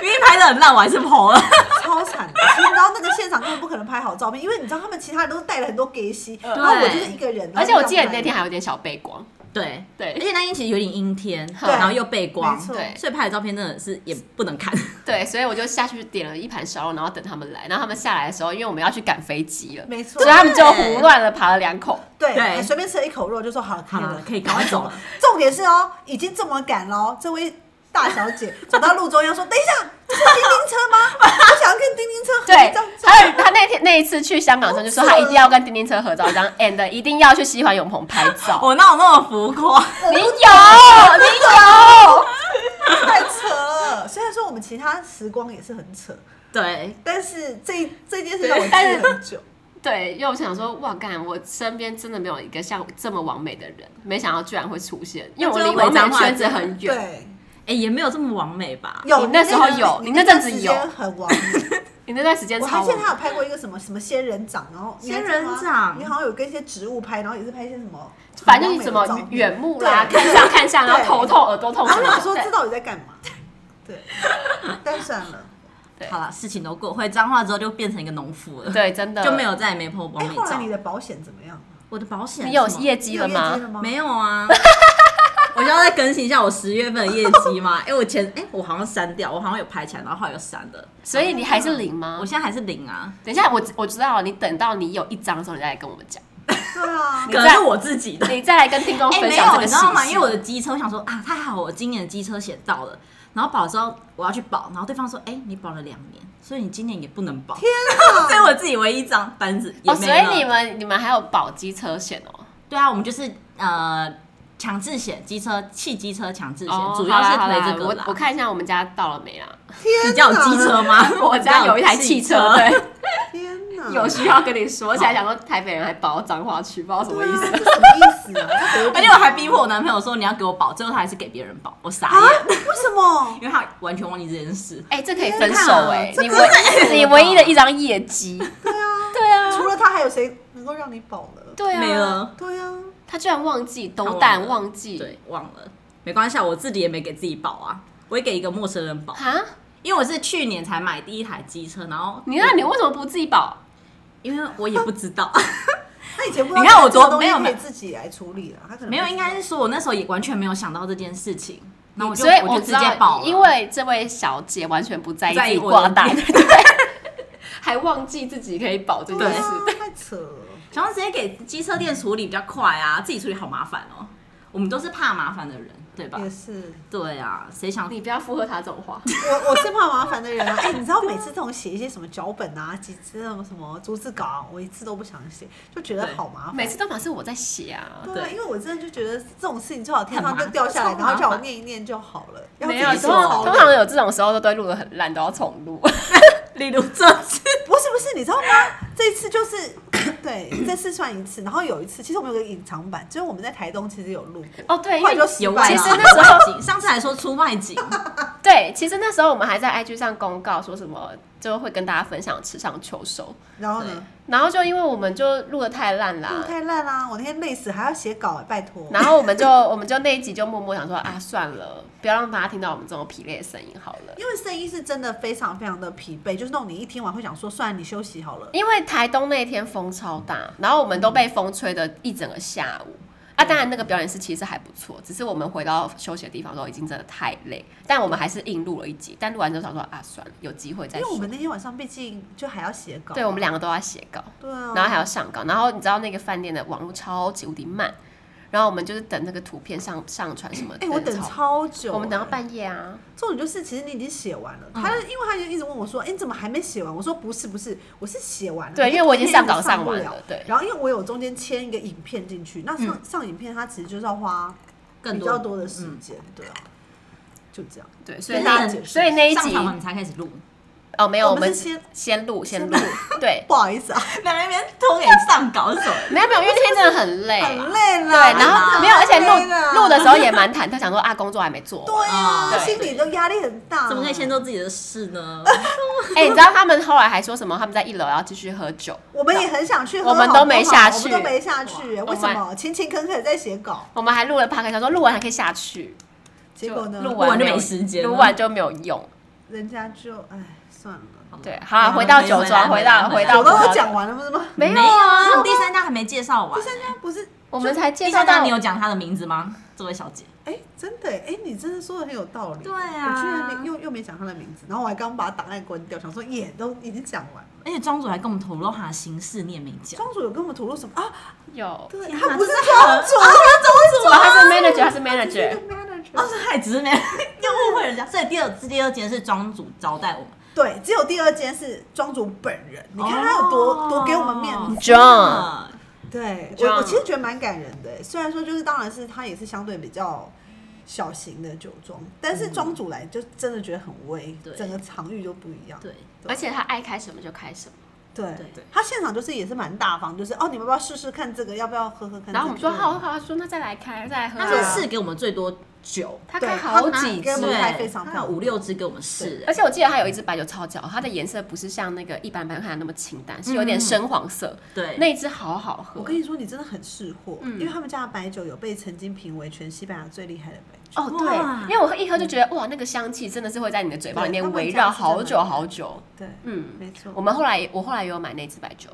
B: 明明拍的很烂，我还是 PO 了。
C: 超惨的，你知道那个现场根本不可能拍好照片，因为你知道他们其他人都带了很多给息，
A: 嗯
C: 然后我
B: 对
C: 就是一个人。
A: 而且我记得你那天
C: 还
A: 还有点小背光，
B: 对而
A: 对
B: 且那天其实有点阴天，
A: 对
B: 然后又背光
C: 没，错，
A: 对
B: 所以拍的照片真的是也不能看。
A: 对，所以我就下去点了一盘烧肉，然后等他们来，然后他们下来的时候，因为我们要去赶飞机了，
C: 没错
A: 所以，他们就胡乱的扒了两口，
C: 对，
B: 对
C: 还随便吃了一口肉就说好了，可以
B: 好
C: 了
B: 了，可以赶快走了。
C: 重点是哦，已经这么赶喽，这位大小姐走到路中央说：“等一下，这是叮叮车吗？我想要跟叮叮车 合
A: 对
C: 一张，照。
A: 还有他那天那一次去香港的时候，就说他一定要跟叮叮车合照一张，and 一定要去西环泳棚拍照。
C: 哦
B: 我哪有哦那么浮夸？
A: 你有，你
C: 太扯了。虽然说我们其他时光也是很扯，
B: 对，
C: 但是这这件事让我记
A: 但是
C: 了很久。
A: 有，对，因为我想说，哇，干，我身边真的没有一个像这么完美的人，没想到居然会出现，因为我离完美圈子很远。
C: 对，
B: 哎，也没有这么完美吧？
C: 有
A: 你那时候
C: 个
A: 有
C: 你
A: 你那阵子
C: 段时
A: 有
C: 间很完美。
A: 你那段时间
C: 我
A: 超
C: 还
A: 我
C: 记得他有拍过一个什么什么仙人掌，然后你还记得
B: 仙
C: 吗
B: 人掌
C: 你好像有跟一些植物拍，然后也是拍一些什么，
A: 反正你什么
C: 很完美的照片
A: 远目 啦，
C: 对
A: 看上看上，然后
C: 对
A: 头痛、耳朵痛
C: 然
A: 什
C: 后
A: 么的。
C: 我想说
A: 对
C: 这到底在干嘛？对，但算了。
A: 对
B: 好了，事情都过，回彰化之后就变成一个农夫了，
A: 对，真的
B: 就没。有再也没 po
C: 哎、
B: 完美
C: 后来
B: 照
C: 你。的保险怎么 样？
B: 我的保险
A: 你有
B: 什么
A: 业
C: 你
A: 绩
C: 有
A: 了
C: 业绩
A: 吗？
C: 了吗？
B: 没有啊， 我就要再更新一下我十月份的业绩嘛。哎、我前哎、我好像删掉，我好像有排起来，然后后来又删的。
A: 所以你还是零吗
B: 我？现在还是零啊，
A: 等一下，我我知道了，你等到你有一张的时候，你再来跟我们讲，
C: 对 啊，
B: 可能是我自己的。
A: 你再来跟听众
B: 哎、
A: 分
B: 没
A: 享
B: 有，
A: 这
B: 你
A: 个
B: 知
A: 事
B: 道吗？
A: 情。
B: 因为我的机车，我想说啊，太好了，我今年的机车险到了。然后保之后我要去保，然后对方说，哎、你保了两年，所以你今年也不能保。天 啊！所以我自己唯一一张单子也
A: 哦，
B: 没
A: 所
B: 了。
A: 以你们你们还有保机车险哦。
B: 对啊，我们就是呃强制险，机车汽机车强制险，
A: 哦
B: 主要是
A: 好啦好
B: 推
A: 啦
B: 这个啦
A: 我我看一下我们家到了没啊？
B: 你家有机车吗？
A: 我家有一台汽车，
B: 对，
A: 对，
C: 天哪，
A: 有需要跟你说。而且还想说台北人还保脏话区，不知道什么
C: 对
A: 意
C: 啊，
A: 思。
C: 这什么意思啊？这得病
B: 而且我还逼迫我男朋友说你要给我保，最后他还是给别人保，我傻
C: 啊
B: 眼，？
C: 为什么？
B: 因为他完全忘记这件事。
A: 哎，这可以分
B: 天
A: 手
B: 哪
A: 哎，
B: 这
A: 你
B: 个
A: 唯你唯一的一张业绩，
C: 对啊，
A: 对啊，
C: 除了他还有谁能够让你保了？
A: 对啊，
B: 没了，
C: 对啊，
A: 他居然忘记
B: 忘
A: 斗
B: 了
A: 胆忘记
B: 对，忘了，没关系，啊，我自己也没给自己保啊，我也给一个陌生人保，
A: 哈，
B: 因为我是去年才买第一台机车，然后
A: 你那你为什么不自己保？
B: 因为我也不知 道，
C: 那以前不知道
B: 你看我
C: 这个
B: 多
C: 东
B: 没
C: 西
B: 有
C: 可
B: 没
C: 以
B: 有
C: 自己来处理了，啊他可能
B: 没有，应该
C: 是
B: 是说我那时候也完全没有想到这件事情，那我就
A: 所以
B: 我就
A: 知
B: 直
A: 道
B: 接保了，
A: 因为这位小姐完全不在意
B: 不
A: 自
B: 在意
A: 己
B: 我的
A: 挂单，
B: 脸
A: 对， 还忘记自己可以保这件
C: 对
A: 事。
C: 啊，太扯了。
B: 想要直接给机车店处理比较快啊，自己处理好麻烦哦、我们都是怕麻烦的人，对吧
C: 也？是，
B: 对啊，谁想
A: 你不要附和他这种话。
C: 我我是怕麻烦的人啊。哎、你知道每次这种写一些什么脚本啊、几这种什么逐字稿、啊，我一次都不想写，就觉得
B: 对
C: 好麻 烦。
A: 每次都嘛是我在写啊，
C: 对啊，
B: 对
C: 因为我真的就觉得这种事情最好天
B: 很
C: 上
B: 麻
C: 就掉下来，
B: 超
C: 然后
B: 麻
C: 叫我
B: 烦
C: 念一念就好了。要
A: 没
C: 自
A: 有，
C: 己
A: 通
C: 做
A: 常通常有这种时候都对录的很烂，都要重录。
B: 例如 这次，
C: 不是不是，你知道吗？这一次就是 对，这次算一次，然后有一次，其实我们有个隐藏版，就是我们在台东其实有录过，
A: 哦，对，因
C: 后来就
A: 为
C: 失
B: 有
C: 败
B: 外
A: 其
C: 了
A: 实
B: 景，
A: 那时候
B: 外景上次还说出外景，
A: 对，其实那时候我们还在 IG 上公告说什么，就会跟大家分享池上秋收。
C: 然后呢，
A: 然后就因为我们就录的太烂啦
C: 录，太烂啦、我那天累死，还要写稿、拜托。
A: 然后我们就我们就那一集就默默想说啊，算了，不要让大家听到我们这种疲累的声音好了。
C: 因为声音是真的非常非常的疲惫，就是那种你一听完会想说，算了，你休息好了。
A: 因为台东那天风超大，然后我们都被风吹的一整个下午。啊，当然那个表演是其实还不错，只是我们回到休息的地方之后已经真的太累，但我们还是硬录了一集。但录完之后想说啊，算了，有机会再
C: 因为我
A: 说。
C: 们那天晚上毕竟就还要写稿，
A: 对我们两个都要写稿，
C: 对啊，
A: 然后还要上稿，然后你知道那个饭店的网络超级无敌慢，然后我们就是等那个图片上上传什么的。
C: 哎、我等超久，欸
A: 我们等到半夜嗯啊。
C: 重点就是，其实你已经写完了。他就因为他就一直问我说：“哎、你怎么还没写完？”我说：“不是，不是，我是写完了。”
A: 对，因为我已经上稿上
C: 不
A: 完
C: 了。
A: 了，对。嗯
C: 然后因为我有中间签一个影片进去，那上、上影片它其实就是要花
B: 更
C: 比
B: 多
C: 较多的时
B: 嗯
C: 间，对啊，就这样。
A: 对，所以
C: 跟大
A: 那
C: 家解释
A: 所以那一
B: 上
A: 集
B: 传完你才开始 录，
A: 哦没有，
C: 我
A: 我
C: 们
A: 们
C: 是先
A: 先录先
C: 先
A: 录
C: 录，
A: 对，
C: 不好意思啊，
B: 在那边偷给上稿手，
A: 没有没有，因为那天真的很累，啊
C: 很累
A: 对，
C: 了。
A: 然后
C: 很
A: 没有，而且
C: 累了
A: 录录的时候也蛮忐忑，想说啊工作还没做完。
C: 对啊，
A: 对
C: 心里都压力很 大。
B: 怎么可以先？做自己的事 呢？
A: 哎，你知道他们后来还说什么？他们在一楼要继续喝酒，
C: 我们也很想去喝好
A: 我
C: 不好，
A: 们都没下去
C: 我们都没下去。为什么？勤勤恳恳在写稿，
A: 我们还录了 p o 想说录完还可以下去，
C: 结果呢？
A: 就录
B: 完就
A: 没有
B: 没时间了
A: 录完就没有用。
C: 人家就哎算了，
A: 对，好啊，回到酒庄，回到回到
C: 我
B: 酒
C: 都
B: 庄
A: 回
C: 我
A: 到
C: 讲完了不是吗？
A: 没有
B: 有
A: 啊，
B: 第三大还没介绍完。
C: 现在不是
A: 我们才介
B: 第
A: 绍
B: 三
A: 到
B: 大你有讲他的名字吗？这位小姐。
C: 哎、真的哎、哎你真的说的很有道理。
B: 对啊
C: 我居然没又又没讲他的名字，然后我还刚把档案关掉，想说也都已经讲完了。
B: 而且庄主还跟我们透露他的形式，你也没讲。
C: 庄主有跟我们吐露什么啊？
A: 有，
C: 对，
B: 天
C: 他
B: 哪
C: 不是
B: 这是
C: 庄主，
A: 哇他是 manager，他是
C: 他只是
A: manager，
C: 一个 manager
B: 哦，是太直男，又误会人家。所以第二第二间是庄主招待我们。
C: 对，只有第二间是庄主本人，你看他有多、
B: 哦
C: 多给我们面子。
A: John
C: 对
A: 这
C: 我，
A: 样
C: 我其实觉得蛮感人的。欸虽然说就是，当然是他也是相对比较小型的酒庄，但
A: 嗯
C: 是庄主来就真的觉得很威，
B: 对
C: 整个场域就不一样。
B: 对，
A: 而且他爱开什么就开什么。
C: 对
B: 对
C: 他现场就是也是蛮大方，就是哦，你们要不要试试看这个？要不要喝喝看？
A: 然后我们说
C: 这个
A: 好，好，他说那再来开，再来喝啊。
B: 他
C: 对
B: 是试给我们最多酒，
A: 他
C: 对
A: 开
C: 他
A: 好
C: 拿
A: 几哎
C: 给我
A: 支
C: 们，开
B: 对
C: 非常漂
B: 哎他有
C: 亮
B: 五六支给我们试，
A: 而且我记得它有一支白酒超级好，它的颜色不是像那个一般白酒看起来那么清淡，是有点深黄色。
B: 对，
A: 那一支好好喝
C: 我跟你说，你真的很识货，
A: 嗯
C: 因为他们家的白酒有被曾经评为全西班牙最厉害的白酒。
A: 哦，对
B: 哇，
A: 因为我一喝就觉得哇，那个香气真的是会在你的嘴巴里
C: 对
A: 面
C: 他们
A: 围
C: 家
A: 绕
C: 是真的
A: 好久
C: 蛮
A: 好久。
C: 对，
A: 嗯，
C: 没错。
A: 我们后来我后来也有买那支白酒，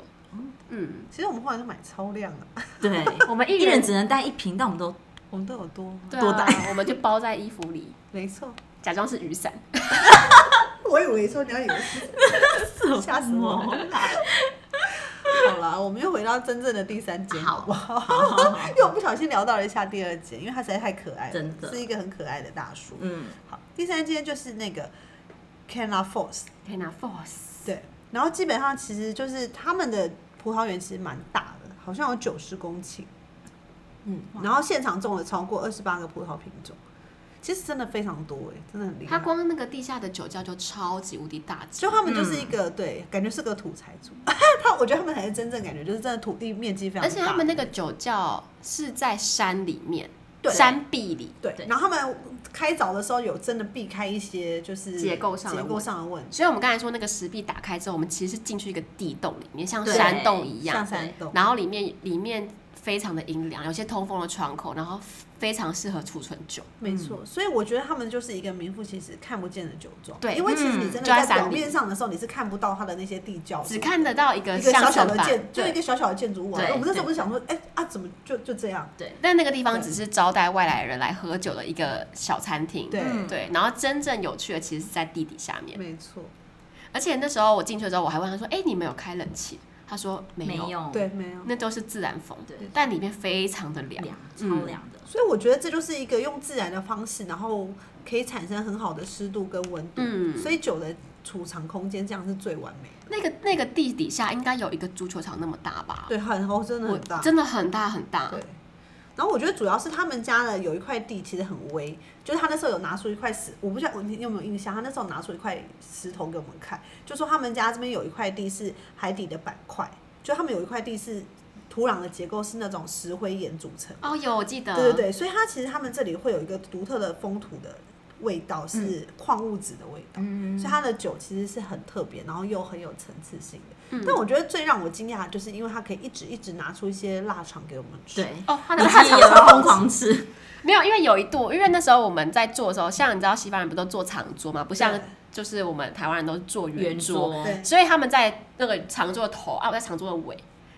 A: 嗯，
C: 其实我们后来就买超量啊，
B: 对，
A: 我 们一
B: 一人
A: 人
B: 只能带一瓶，但我们都
C: 我们都有多，
A: 对
B: 多
A: 啊，我们就包在衣服里，
C: 没错。
A: 假装是雨伞。
C: 我以为说你要以为是吓死我
B: 嗯
A: 哦
C: 了。好了，我们又回到真正的第三间，
B: 好
C: 好不 好？因为我不小心聊到了一下第二间，因为它实在太可爱了，
B: 真的
C: 是一个很可爱的大叔。
B: 嗯，
C: 好，第三间就是那个 Canna Falls，
A: 可以拿 Force，
C: 对，然后基本上其实就是他们的葡萄园其实蛮大的，好像有九十公顷，嗯，然后现场种了超过二十八个葡萄品种，其实真的非常多哎、真的很厉害
A: 它。光那个地下的酒窖就超级无敌大只
C: 就。他们就是一
A: 嗯
C: 个、对，感觉是个土财主。 他我觉得他们才是真正感觉，就是真的土地面积非常大，
A: 而且他们那个酒窖是在山里面，
C: 对
A: 山壁里，
C: 对
B: 对，
C: 然后他们开凿的时候有真的避开一些就是
A: 结构上的
C: 结
A: 问
C: 构上的问题，
A: 所以我们刚才说那个石壁打开之后，我们其实是进去一个地洞里面，像
B: 对
A: 山洞一
C: 像
A: 样，
C: 山洞。
A: 然后里面里面非常的阴凉，有些通风的窗口，然后非常适合储存酒。
C: 没错，
A: 嗯
C: 所以我觉得他们就是一个名副其实看不见的酒庄。
A: 对
C: 因为其实你
B: 嗯
C: 真的
A: 就在
C: 在表
A: 山里
C: 面上的时候，你是看不到它的那些地窖什么的，
A: 嗯只看得到一个
C: 一个小
A: 象
C: 小
A: 征
C: 的
A: 版，
C: 建，就一
A: 对。
C: 个小小的建筑物啊。
B: 对
C: 我们那时
B: 对
C: 候不是想说，哎啊，怎么就就这样？
A: 但那个地方
C: 对
A: 只是招待外来人来喝酒的一个小餐厅，
C: 对，
B: 嗯
A: 对。然后真正有趣的其实是在地底下面，
C: 没错，
A: 而且那时候我进去的时候，我还问他说：“哎、你们有开冷气？”他说：“没
B: 没
A: 有，
B: 有，
C: 对，没有。
A: 那都是自然风。”
B: 对
A: 但里面非常的凉。
B: 凉，超
A: 嗯
B: 凉的，
C: 所以我觉得这就是一个用自然的方式，然后可以产生很好的湿度跟温度，
A: 嗯
C: 所以酒的储藏空间这样是最完美的。
A: 那个那个地底下应该有一个足球场那么大吧？
C: 对，很厚，真的
A: 我
C: 很大。
A: 真的很大很大。
C: 对。然后我觉得主要是他们家的有一块地其实很微，就是他那时候有拿出一块石，我不知道你有没有印象，他那时候拿出一块石头给我们看，就说他们家这边有一块地是海底的板块，就他们有一块地是土壤的结构是那种石灰岩组成。
A: 哦，有我记得。
C: 对对对，所以它其实他们这里会有一个独特的风土的味道，
A: 嗯
C: 是矿物质的味道，
B: 嗯
C: 所以它的酒其实是很特别，然后又很有层次性的。
A: 嗯
C: 但我觉得最让我惊讶的就是，因为它可以一直一直拿出一些腊肠给我们吃。
B: 对，
A: 哦，他的
B: 我
A: 腊
B: 自己
A: 肠
B: 也
A: 超好
B: 疯
A: 吃
B: 狂吃，
A: 没有，因为有一度，因为那时候我们在做的时候，像你知道西方人不都坐长桌嘛，不像
C: 对
A: 就是我们台湾人都是坐 圆
B: 圆桌
C: 对
A: 所以他们在那个长桌的头啊，我在长桌的尾，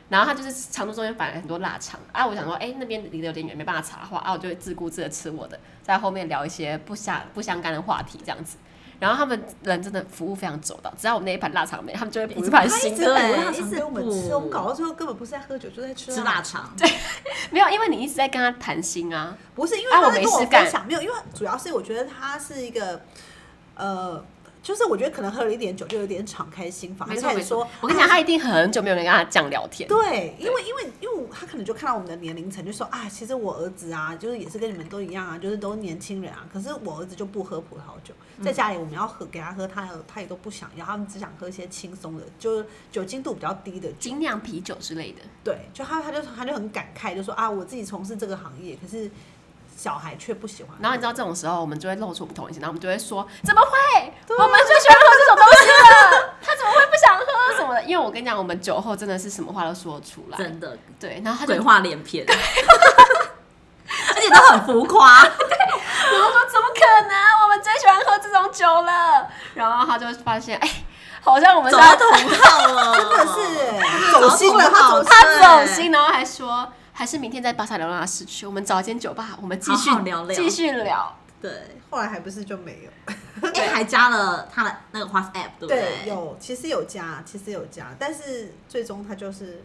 A: 然后他就是长桌中间摆了很多腊肠啊，我想说，哎、那边离得有点远，没办法插话啊，我就自顾自的吃我的，在后面聊一些不相不相干的话题这样子。然后他们人真的服务非常周到，只要我们那一盘腊肠没，他们就会补一盘
C: 他一
A: 新
C: 直
A: 的。
C: 把
B: 对
C: 腊肠给我们
B: 一直
C: 吃，
B: 补
C: 我们搞到最后根本不是在喝酒，就在吃
B: 吃
A: 啊
B: 腊
C: 肠。
B: 肠，
A: 没有，因为你一直在跟他谈心啊。
C: 不是因为
A: 啊
C: 他
A: 我
C: 在
A: 没
C: 跟
A: 事
C: 我分
A: 干
C: 享，没有，因为主要是我觉得他是一个，呃，就是我觉得可能喝了一点酒就有点敞开心房，
A: 没
C: 他就
A: 错
C: 开
A: 没
C: 始说
A: 错，，我跟你讲，他一定很久没有人跟他这样聊天。
C: 对，因为因为因为我他可能就看到我们的年龄层，就说啊，其实我儿子啊，就是也是跟你们都一样啊，就是都是年轻人啊。可是我儿子就不喝葡萄酒，在家里我们要喝给他喝，他他也都不想要，他们只想喝一些轻松的，就是酒精度比较低的酒。
A: 精酿啤酒之类的，
C: 对，就他他就他就很感慨，就说啊，我自己从事这个行业，可是小孩却不喜欢喝。
A: 然后你知道这种时候，我们就会露出不同意见，然后我们就会说：怎么会？我们最喜欢喝这种东西了，他怎么会不想喝什么的？因为我跟你讲，我们酒后真的是什么话都说得出来，
B: 真的
A: 对。然后他就
B: 鬼话 连篇，而且都很浮夸，
A: 我说：怎么可能？我们们最喜欢喝这种酒了。然后他就发现，哎，好像我们
B: 走
A: 是
B: 到
A: 要
B: 同号 了，
C: 真的是走心了，他走心
A: 他走心，
B: 了。
A: 然后还说，还是明天在巴塞罗那市区，我们找一间酒吧，我们继续
B: 好好聊聊
A: 继续聊。
B: 对，
C: 后来还不是就没有。
B: 哎、还加了他的那个 WhatsApp，对不
C: 对，有其实有加，其实有加，但是最终他就是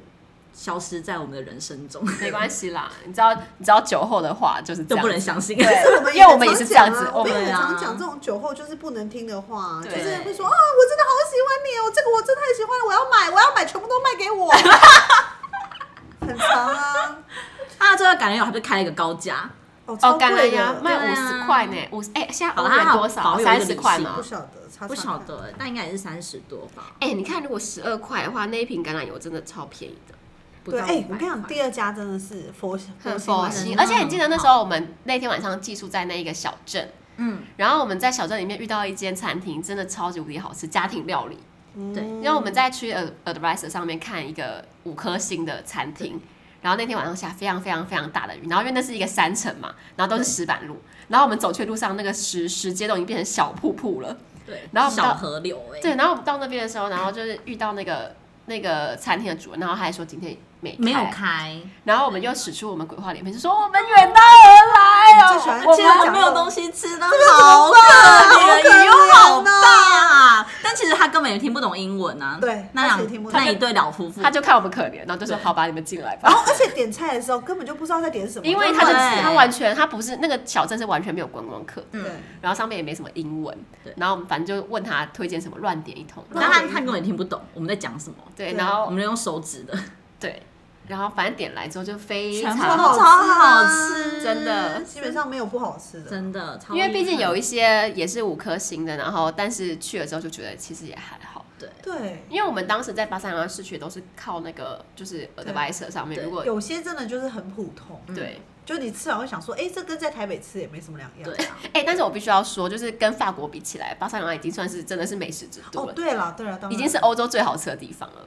B: 消失在我们的人生中，
A: 没关系啦，你知道，你知道酒后的话就是这
B: 都
A: 样，
B: 不能相信。
A: 对
C: 是我们
A: 因为我们也是这样子
C: 我们
A: 我们
C: 也很常
B: 啊
C: 讲这种酒后就是不能听的话，就
A: 对
C: 是会说啊，我真的好喜欢你哦，这个我真的很喜欢，我要买，我要买，全部都卖给我。 很长啊，
B: 他最后感觉有，他就开了一个高价，
C: 哦，
A: 哦，
C: 超
A: 橄榄
C: 贵
A: 芽
C: 的，
A: 卖
B: 对
A: 五
B: 啊
A: 十块呢，五十哎，现在
B: 好
A: 欧
B: 啦它
A: 元
B: 好
A: 多少？
B: 保有一个
A: 三
B: 理
A: 十
B: 性
A: 块
B: 啊
A: 嘛
C: 不。晓得，查查
B: 不晓
C: 看，
B: 得，但应该也是三十多吧，
A: 哎、你看，如果十二块的话，那一瓶橄榄油真的超便宜的，
B: 不
C: 对，
B: 到
C: 哎，我
B: 100
C: 跟你讲，
B: 块
C: 第二家真的是佛
A: 很
C: 佛
A: 佛
B: 心
A: 心。
B: 啊
A: 而且你记得那时候我们那天晚上寄宿在那一个小镇，
B: 嗯，
A: 然后我们在小镇里面遇到一间餐厅，真的超级无敌好吃，家庭料理。
C: 啊嗯
B: 对
A: 因为我们在去呃 Advisor 上面看一个五颗星的餐厅，然后那天晚上下非常非常非常大的雨，然后因为那是一个山城嘛，然后都是石板路，然后我们走去的路上那个石石阶都已经变成小瀑布了。
B: 对，
A: 然后我们
B: 小
A: 到
B: 河流、哎，
A: 对，然后我们到那边的时候，然后就是遇到那个那个餐厅的主人，然后他还说今天没
B: 没有开，
A: 然后我们又使出我们鬼话连篇，就说我们远道而来
C: 嗯最喜欢
A: 哦，我
C: 这样
A: 们
C: 讲
B: 没有东西吃的，好可
C: 好可
B: 怜，
C: 怜
B: 雨好
C: 呐
B: 大啊！但其实他根本也听不懂英文啊。
C: 对
B: 那
C: 他其实听
B: 两
C: 不懂
B: 那一对老夫妇，
A: 他就看我们可怜，然后就说
B: 对
A: 好吧，你们进来
C: 然后
A: 吧。
C: 哦而且点菜的时候根本就不知道在点什么，
A: 因为他就
B: 对
C: 欸
A: 他完全他不是那个小镇是完全没有观光客，
C: 对
B: 嗯，
A: 然后上面也没什么英文
B: 对，
A: 然后我们反正就问他推荐什么，乱点一通。然
B: 但
A: 后
B: 他他根本听不懂我们在讲什么，
A: 对，
C: 对
A: 然
B: 我
A: 后
B: 们用手指的，
A: 对，然后反正点来之后就非
B: 全部
A: 常
B: 都
C: 好
B: 超
C: 吃
B: 好
C: 啊
B: 吃，
A: 真的
C: 基本上没有不好吃的。
B: 真的，超
A: 因为毕竟有
B: 厉
A: 一些也是五颗星的，然后但是去了之后就觉得其实也还好，
B: 害对，
C: 对，
A: 因为我们当时在巴塞罗那市区都是靠那个就是 advisor 上面，
B: 对
A: 如果
C: 有些真的就是很普通，
A: 对，
C: 就你吃完会想说，哎、这跟在台北吃也没什么两样。
B: 对啊，
A: 哎、但是我必须要说，就是跟法国比起来，巴塞罗那已经算是真的是美食之都
C: 哦
A: 了，，
C: 对了对了，
B: 啊
C: 当然哎
A: 已经是欧洲最好吃的地方了。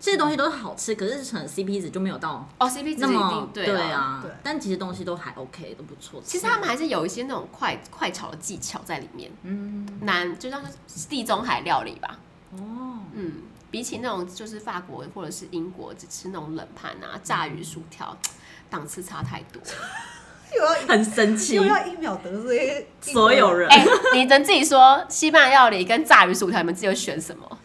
B: 这些东西都是好吃，可是可能 CP 值就没有到
A: 哦，CP 值
B: 那
A: 一
B: 么
A: 定
B: 对
A: 啊。
B: 啊
C: 对，
B: 但其实东西都还 OK，都不错吃。
A: 其实他们还是有一些那种快快炒的技巧在里面，
B: 嗯
A: 难就像是地中海料理吧，
B: 哦，
A: 嗯，比起那种就是法国或者是英国只吃那种冷盘啊、炸鱼薯条，档次差太多。
C: 又要
B: 很神奇
C: 又，要一秒得罪
B: 所有，人
A: 哎、你能自己说西班牙料理跟炸鱼薯条，你们自己会选什么？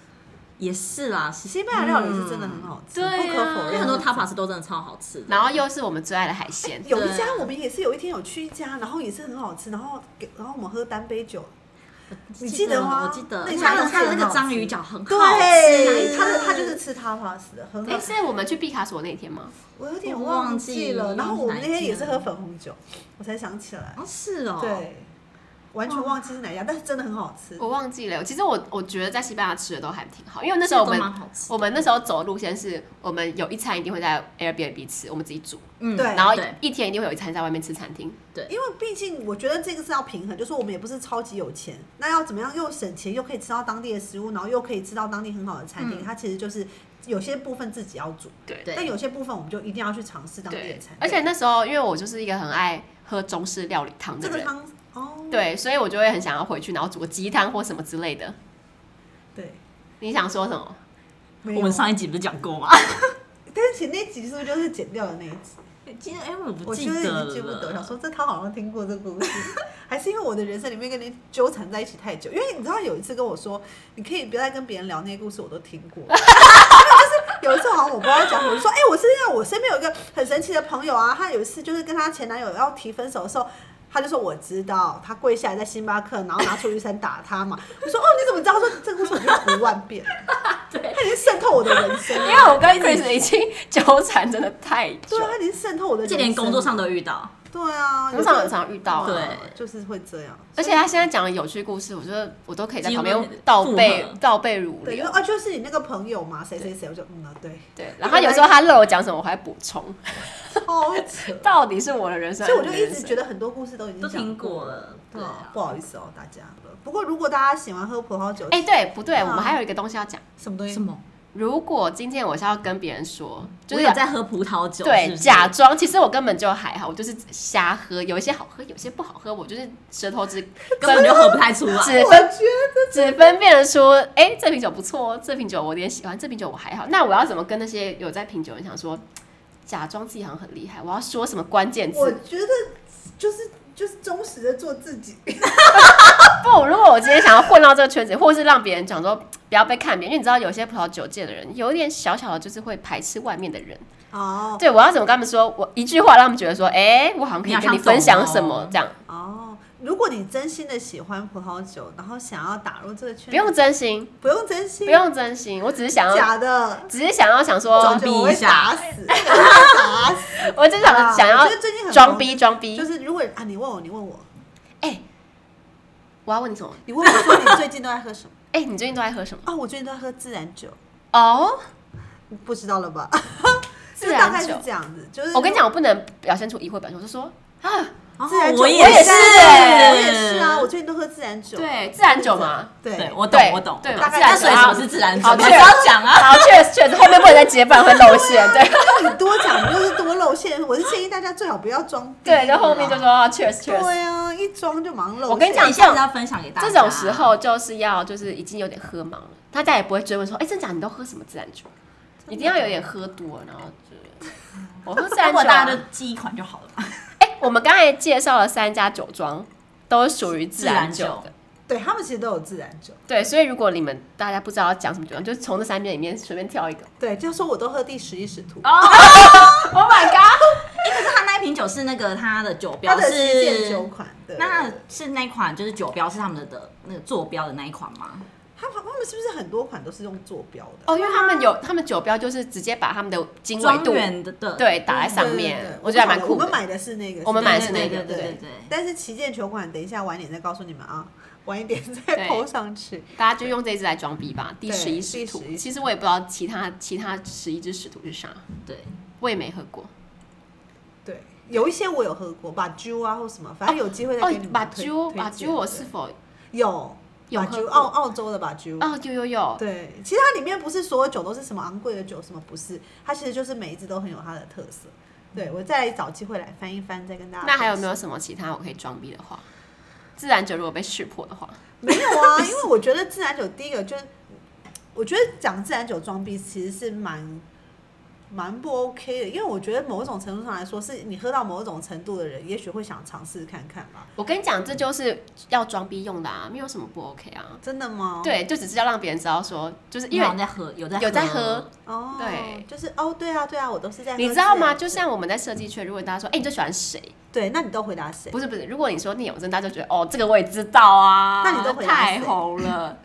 B: 也是啦，其实
C: 西班牙料理是真的很好
A: 嗯
C: 吃，
A: 对啊
C: 不可否
B: 因
A: 因
B: 为
C: 认。
B: 很多 tapas 都真的超好吃的，
A: 然后又是我们最爱的海鲜，
C: 有
B: 对
C: 一
B: 啊
C: 家我们也是有一天有去一家，然后也是很好吃，然后给然后我们喝单杯酒，你记得吗
B: 我记得
C: 那
B: 他
C: 家
B: 的
C: 东西
B: 他的
C: 很
B: 那个
C: 好
B: 章
C: 吃
B: 鱼脚很好
C: 对，
B: 吃，
C: 他的他就是吃 tapas 的，很
A: 哎、
C: 好吃。
A: 是我们去毕卡索那天吗？
C: 我有点
B: 我忘
C: 忘
B: 记
C: 记了，然后我们那天也是喝粉红酒，我才想起来，
B: 哦是哦，，
C: 对，完全忘记是哪一家，但是真的很好吃。
A: 我忘记了。其实我我觉得在西班牙吃的都还挺好，因为那时候我
B: 都
A: 们
B: 蛮好吃的，
A: 我们那时候走的路线是我们有一餐一定会在 Airbnb 吃，我们自己煮，
B: 嗯
C: 对
A: 然后
B: 对
A: 一天一定会有一餐在外面吃餐厅。
C: 因为毕竟我觉得这个是要平衡，就是我们也不是超级有钱，那要怎么样又省钱，又可以吃到当地的食物，然后又可以吃到当地很好的餐厅，
B: 嗯
C: 它其实就是有些部分自己要煮，
A: 对
B: 对
C: 但有些部分我们就一定要去尝试当地的
A: 对
C: 餐，
A: 而且那时候因为我就是一个很爱喝中式料理汤
C: 这
A: 的
C: 个
A: 人，
B: 嗯
C: 汤哦，
A: 对，所以我就会很想要回去，然后煮个鸡汤或什么之类的。
C: 对，
A: 你想说什么？
C: 没有
B: 我们，上一集不是讲 过吗？
C: 但是其实那集是不是就是剪掉的那一集？
B: 其实哎，我不
C: 我
B: 记
C: 其实已
B: 得了，
C: 经记不得，想说这他好像听过这故事， 还是因为我的人生里面跟你纠缠在一起太久？因为你知道有一次跟我说，你可以不要再跟别人聊那些故事，我都听过。 因为就是有一次好像我不知道讲什么，我就说哎、我是这样，我身边有一个很神奇的朋友啊，他有一次就是跟他前男友要提分手的时候。他就说我知道，他跪下来在星巴克，然后拿出雨伞打他嘛。 我说哦，你怎么知道？他说这个故事我听了五万遍，
B: 对
C: 他已经渗透我的人生
A: 因
C: 了。
A: 为我跟 Chris 已经纠缠真的太久
C: 对，，啊他已经渗透我的人
B: 这
C: 生。
B: 连工作上都遇到，
C: 对啊，
A: 工作上
C: 有
A: 很常遇到啊
B: 对
C: 就是会这样。
A: 而且他现在讲的有趣故事，我觉得我都可以在旁
B: 几乎
A: 边倒背
B: 附和
A: 倒背如
C: 对，就
A: 流
C: 说。啊，就是你那个朋友嘛，谁谁谁，我就嗯啊，对，
A: 对，然后有时候他漏我讲什么，我还补充。
C: 超扯。
A: 到底是我的人生，
C: 所以我就一直觉
A: 得
C: 得很多故事都已经
B: 都听
C: 讲
B: 过
C: 过
B: 了，对
C: 对
B: 啊
C: 啊，不好意思哦，大家。不过如果大家喜欢喝葡萄酒，
A: 哎、对不对？
C: 啊
A: 我们还有一个东西要讲，
C: 什么东西？
B: 什么？
A: 你如果今天我是要跟别人说，就
B: 我
A: 是
B: 有在喝葡萄酒，
A: 对
B: 是不是
A: 假装，其实我根本就还好，我就是瞎喝，有一些好喝，有一些不好喝，我就是舌头只
B: 根本就喝不太出来。
A: 只
C: 我
A: 分
C: 觉得
A: 只分辨得出，哎、这瓶酒不错哦，这瓶酒我有点喜欢，这瓶酒我还好。那我要怎么跟那些有在品酒人想说，假装自己好像很厉害？我要说什么关键
C: 我
A: 字？
C: 觉得就是就是忠实的做自己，
A: 不，如果我今天想要混到这个圈子，或是让别人讲说不要被看扁，因为你知道有些葡萄酒界的人有一点小小的，就是会排斥外面的人。
C: 哦
A: 对我要怎么跟他们说？我一句话让他们觉得说，哎、我好像可以跟你分享什么这样。
C: 哦，如果你真心的喜欢葡萄酒，然后想要打入这个圈，
A: 不用真心，
C: 不用真心，
A: 不用真心，我只是想要，
C: 假的，
A: 只是想要想说
B: 装
C: 我，
B: 逼
C: 觉得我会
B: 一下
C: 打死， 我会打死，
A: 我就想想
C: 啊我
A: 要
C: 觉得最近很
A: 装逼装逼
C: 就。是如果啊，你问我，你问我，
A: 哎、我要问你什么？
C: 你问我说你最近都在喝什么？
A: 哎、你最近都在喝什么？
C: 哦，我最近都在喝自然酒，
A: 哦，
C: 不知道了吧？
A: 自
C: 就大概
A: 然
C: 是
A: 酒。
C: 这样子，就是
A: 我跟你讲，我不能表现出疑惑表情，我就说啊，
B: 哦
C: 自然酒，
B: 我
C: 也
A: 我也
B: 是，
A: 是
C: 我也是啊，我最近都喝自然酒，
A: 嗯对，自然酒嘛，
B: 对
C: 对，
B: 我懂
A: 对，
B: 我懂，
A: 对
B: 我
A: 嘛
B: 懂
A: 自然
B: 但
A: 酒
B: 水
A: 啊
B: 果是自然酒，
A: 好
B: 你
A: 这
B: 不
A: 个
B: 要讲啊。
A: 好，确 实确实，后面不能再结伴会露馅，对
C: 你多讲，你就是多露馅。我是建议大家最好不要装逼啦。
A: 对，就后面就说啊，确实确实，
C: 对啊，一装就忙露馅。
A: 我跟你讲
B: 你下次要分享给大家。
A: 这种时，候就是要就是已经有点喝忙了，大家也不会追问说，哎，真假你都喝什么自然酒？一定要有点喝多，然后 就我喝自然
B: 如
A: 酒
B: 果
A: 啊。
B: 大家就记一款就好了嘛。
A: 哎，我们刚才介绍了三家酒庄，都是属于自然酒
B: 自然
A: 的
B: 酒。
C: 对他们其实都有自然酒，
A: 对，所以如果你们大家不知道要讲什么酒庄，就从这三边里面随便 挑一个。
C: 对，就说我都喝第十一使徒，
B: 哦，
A: Oh my god！
B: 哎，可是他那一瓶酒是那个他的酒
C: 它
B: 标
C: 的旗舰酒
B: 是，
C: 款的。
B: 那是那一款就是酒标是他们的的那个坐标的那一款吗？
C: 他他们是不是很多款都是用坐标的？
A: 哦，因为他们有他们酒标，就是直接把他们的经纬
B: 庄
A: 度
B: 园的的，
A: 对打在
C: 对
A: 上
C: 对
A: 面
C: 对，
A: 我觉得还蛮
C: 不晓
A: 酷
C: 我们
A: 的。
C: 买的是那个，
A: 我们
B: 对
A: 买
B: 对
A: 的是那个
B: 对对对
C: 对
A: 哎
B: 对。
C: 但是旗舰酒款，等一下晚点再告诉你们 啊，晚一点再
A: 对
C: PO 上去。
A: 大家就用这一支来装逼吧。第
C: 对
A: 十一
C: 第
A: 使徒
C: 11，
A: 其实我也不知道其他其他十一支使徒是啥，
B: 对，
A: 我也没喝过。
C: 对，有一些我有喝过，把酒啊或什么，反正有机会再
A: 哦
C: 给你，们
A: 把
C: 推
A: 酒
C: 推
A: 把
C: 荐
A: 酒，我
C: 对
A: 是否
C: 有
A: 有
C: 把
A: 喝
C: 酒
A: 过
C: 澳澳洲的把酒。
A: 哦有有有
C: 对，其实它里面不是所有酒都是什么昂贵的酒，什么不是，它其实就是每一支都很有它的特色。对我再找机会来翻一翻，再跟大家。
A: 那还有没有？什么其他我可以装逼的话？自然酒如果被识破的话，
C: 没有啊，因为我觉得自然酒第一个就是，我觉得讲自然酒装逼其实是蛮蛮不 OK 的，因为我觉得某种程度上来说，是你喝到某种程度的人，也许会想尝试看看吧。
A: 我跟你讲，这就是要装逼用的啊，没有什么不 OK 啊。
C: 真的吗？，
A: 对，就只是要让别人知道说，就是因
B: 因
A: 为
B: 为在喝，有在
A: 有在喝，
C: 哦，
A: 对
C: 就是哦，对啊，对啊，我都是在喝
A: 你知道
C: 自
A: 吗？
C: 然
A: 就
C: 酒
A: 像我们在设计圈，如果大家说，哎、你最喜欢谁？
C: 对， 那你都回 答谁？
A: 不是不是，如果你说聂永真，大家就觉得哦，这个我也知道啊，
C: 那你都回答
A: 太
C: 谁
A: 红 了。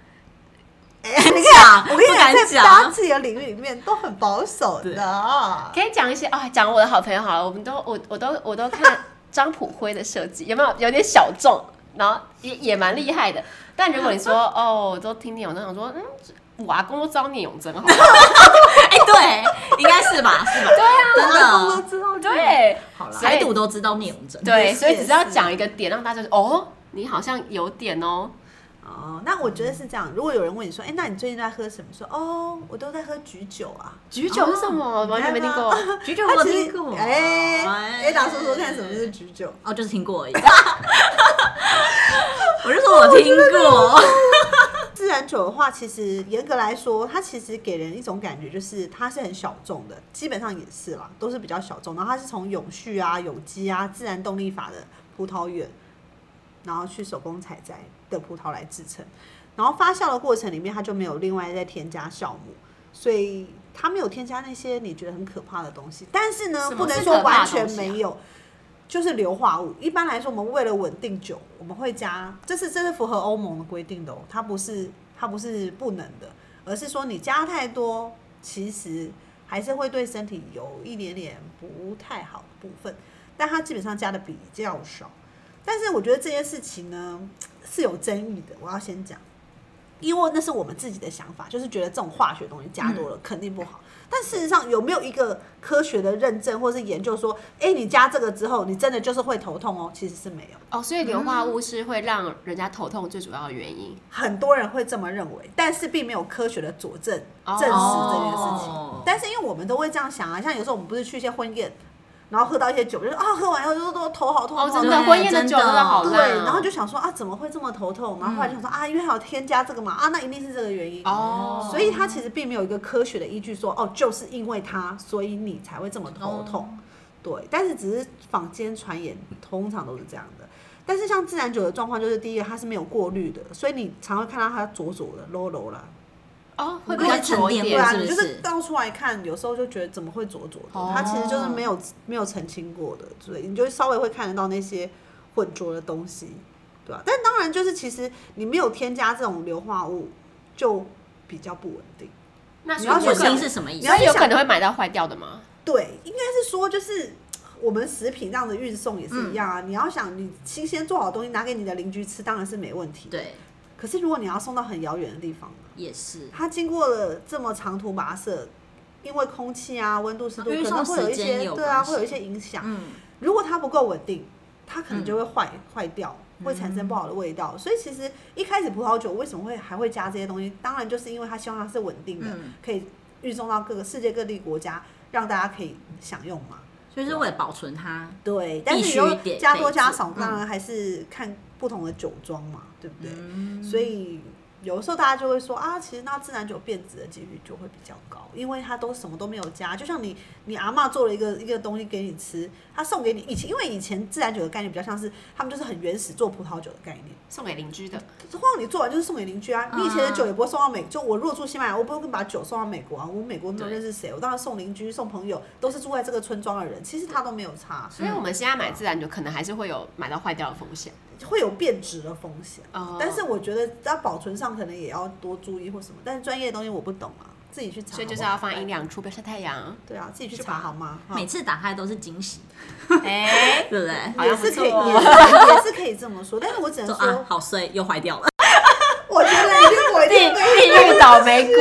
B: 不讲，
C: 我跟你
B: 不敢
C: 讲，在大家
B: 讲。
C: 自己的领域里面都很保守
B: 对
C: 的。
A: 可以讲一些啊，讲我的好朋友好了，我们都我我都我都看张普辉的设计，有没有有点小众，然后也也蛮厉害的。但如果你说哦，我都听聂永真，想说嗯，我阿公都知道聂永真，好不 好
B: 哎，对，应该是吧？是吧？
C: 啊
B: 对
C: 大家
B: 真
C: 都
B: 的。
C: 知道，
A: 对
B: 好了，
A: 所以
B: 台独都知道聂荣臻。
A: 对，
C: 也是
A: 所以只是要
C: 也是
A: 讲一个点，让大家就哦，你好像有点哦，
C: 哦，那我觉得是这样。如果有人问你说，哎、那你最近在喝什么？说哦，我都在喝橘酒啊。
A: 菊酒是什么？哦完全没听过。
B: 橘酒
C: 他其实哎哎，打说说看什么是橘酒。
B: 哦，就是听过而已。 我就说我听过，
C: 自然酒的话，其实严格来说，它其实给人一种感觉就是它是很小众的，基本上也是啦，都是比较小众。然后它是从永续啊、有机啊、自然动力法的葡萄园，然后去手工采摘的葡萄来制成。然后发酵的过程里面，它就没有另外再添加酵母，所以它没有添加那些你觉得很可怕的东西。但是呢，
A: 什么
C: 不能
A: 是
C: 说
A: 可怕的
C: 完全
A: 东西啊
C: 没有。就是硫化物。一般来说，我们为了稳定酒，我们会加，这是这是符合欧盟的规定的哦，它不是它不是不能的，而是说你加太多，其实还是会对身体有一点点不太好的部分，但它基本上加的比较少。但是我觉得这件事情呢是有争议的，我要先讲。因为那是我们自己的想法，就是觉得这种化学东西加
A: 嗯
C: 多了、肯定不好。但事实上有没有一个科学的认证或是研究说，哎、你加这个之后，你真的就是会头痛哦？其实是没有，
A: 哦，所以硫化
C: 嗯
A: 物是会让人家头痛最主要的原因。
C: 很多人会这么认为，但是并没有科学的佐证
A: 哦
C: 证实这件事情。
B: 哦
C: 但是因为我们都会这样想啊，像有时候我们不是去一些婚宴，然后喝到一些酒，就是啊喝完以后就是都头好痛，啊
A: 哦，
C: 头好
A: 真
C: 痛
A: 的
B: 对
A: 婚宴的酒真的好
C: 对，
A: 烂哦，嗯
C: 然后就想说啊怎么会这么头痛？然后后来就想说、啊，因为还有添加这个嘛，啊那一定是这个原因。
A: 哦，
C: 所以它其实并没有一个科学的依据说，哦，就是因为它，所以你才会这么
A: 哦
C: 头痛。对，但是只是坊间传言通常都是这样的。但是像自然酒的状况，就是第一个它是没有过滤的，所以你常会看到它浊浊的、low low 啦。
A: 哦会比较
B: 沉
A: 浊一
B: 淀
A: 点
C: 对啊，
B: 是不
C: 你
B: 是
C: 就是倒出来看，有时候就觉得怎么会浊浊的？
A: 哦
C: 它其实就是没有没有澄清过的，所以你就稍微会看得到那些混浊的东西，对啊？但当然就是其实你没有添加这种硫化物，就比较不稳定。
A: 那
C: 你
A: 所
C: 要
A: 以有
B: 稳
A: 可
B: 定
A: 能，
B: 是什么意
C: 你
B: 思
C: 要？
A: 所以有
C: 去
A: 可
C: 想
A: 能会买到坏掉的吗？
C: 对，应该是说就是。我们食品这样的运送也是一样
B: 嗯
C: 啊，你要想你新鲜做好的东西拿给你的邻居吃，当然是没问题。，
B: 对，
C: 可是如果你要送到很遥远的地方呢，
B: 也是。
C: 它经过了这么长途跋涉，因为空气啊、温度、湿度
B: 因为
C: 可能
B: 送
C: 会有一
B: 时间
C: 些
B: 也有
C: 对啊，
B: 关系
C: 会有一些影响。
B: 嗯，
C: 如果它不够稳定，它可能就会坏坏、掉，
B: 嗯
C: 会产生不好的味道。所以其实一开始葡萄酒为什么会还会加这些东西，当然就是因为它希望它是稳定的，
B: 嗯
C: 可以运送到各个世界各地国家，让大家可以享用嘛。
B: 所以是为了保存它，
C: 对，但
B: 必
C: 是
B: 须
C: 有
B: 得
C: 加
B: 得
C: 多加
B: 做
C: 少，
B: 嗯
C: 当然还是看不同的酒庄嘛，对不对？
B: 嗯，
C: 所以有时候大家就会说啊，其实那自然酒变质的几率就会比较高，因为它都什么都没有加。就像你你阿嬷做了一个一个东西给你吃，她送给你以前，因为以前自然酒的概念比较像是他们就是很原始做葡萄酒的概念，
A: 送给邻居的，
C: 通常你做完就是送给邻居啊。你以前的酒也不会送到美，就我如果住西班牙，我不会把酒送到美国啊，我美国没有
B: 对
C: 认识谁，我当然送邻居、送朋友，都是住在这个村庄的人，其实他都没有差，
A: 所以我们现在买自然酒可能还是会有买到坏掉的风险。
C: 会有变质的风险。
A: 哦
C: 但是我觉得在保存上可能也要多注意或什么，但是专业的东西我不懂啊，自己去查好不好。
A: 所以就是要放阴凉处，不要晒太阳。
C: 对啊，自己去查好吗？哈
B: 每次打开都是惊 喜，
A: 哎，
B: 对不对？
A: 好
C: 也
A: 像不
C: 是可以，
A: 错哦
C: 也是也是可以这么说，但是我只能
B: 说
C: 说，
B: 啊，好衰，又坏掉了。
C: 我觉得一定我一
A: 地
C: 定被
A: 地狱哎倒霉 鬼。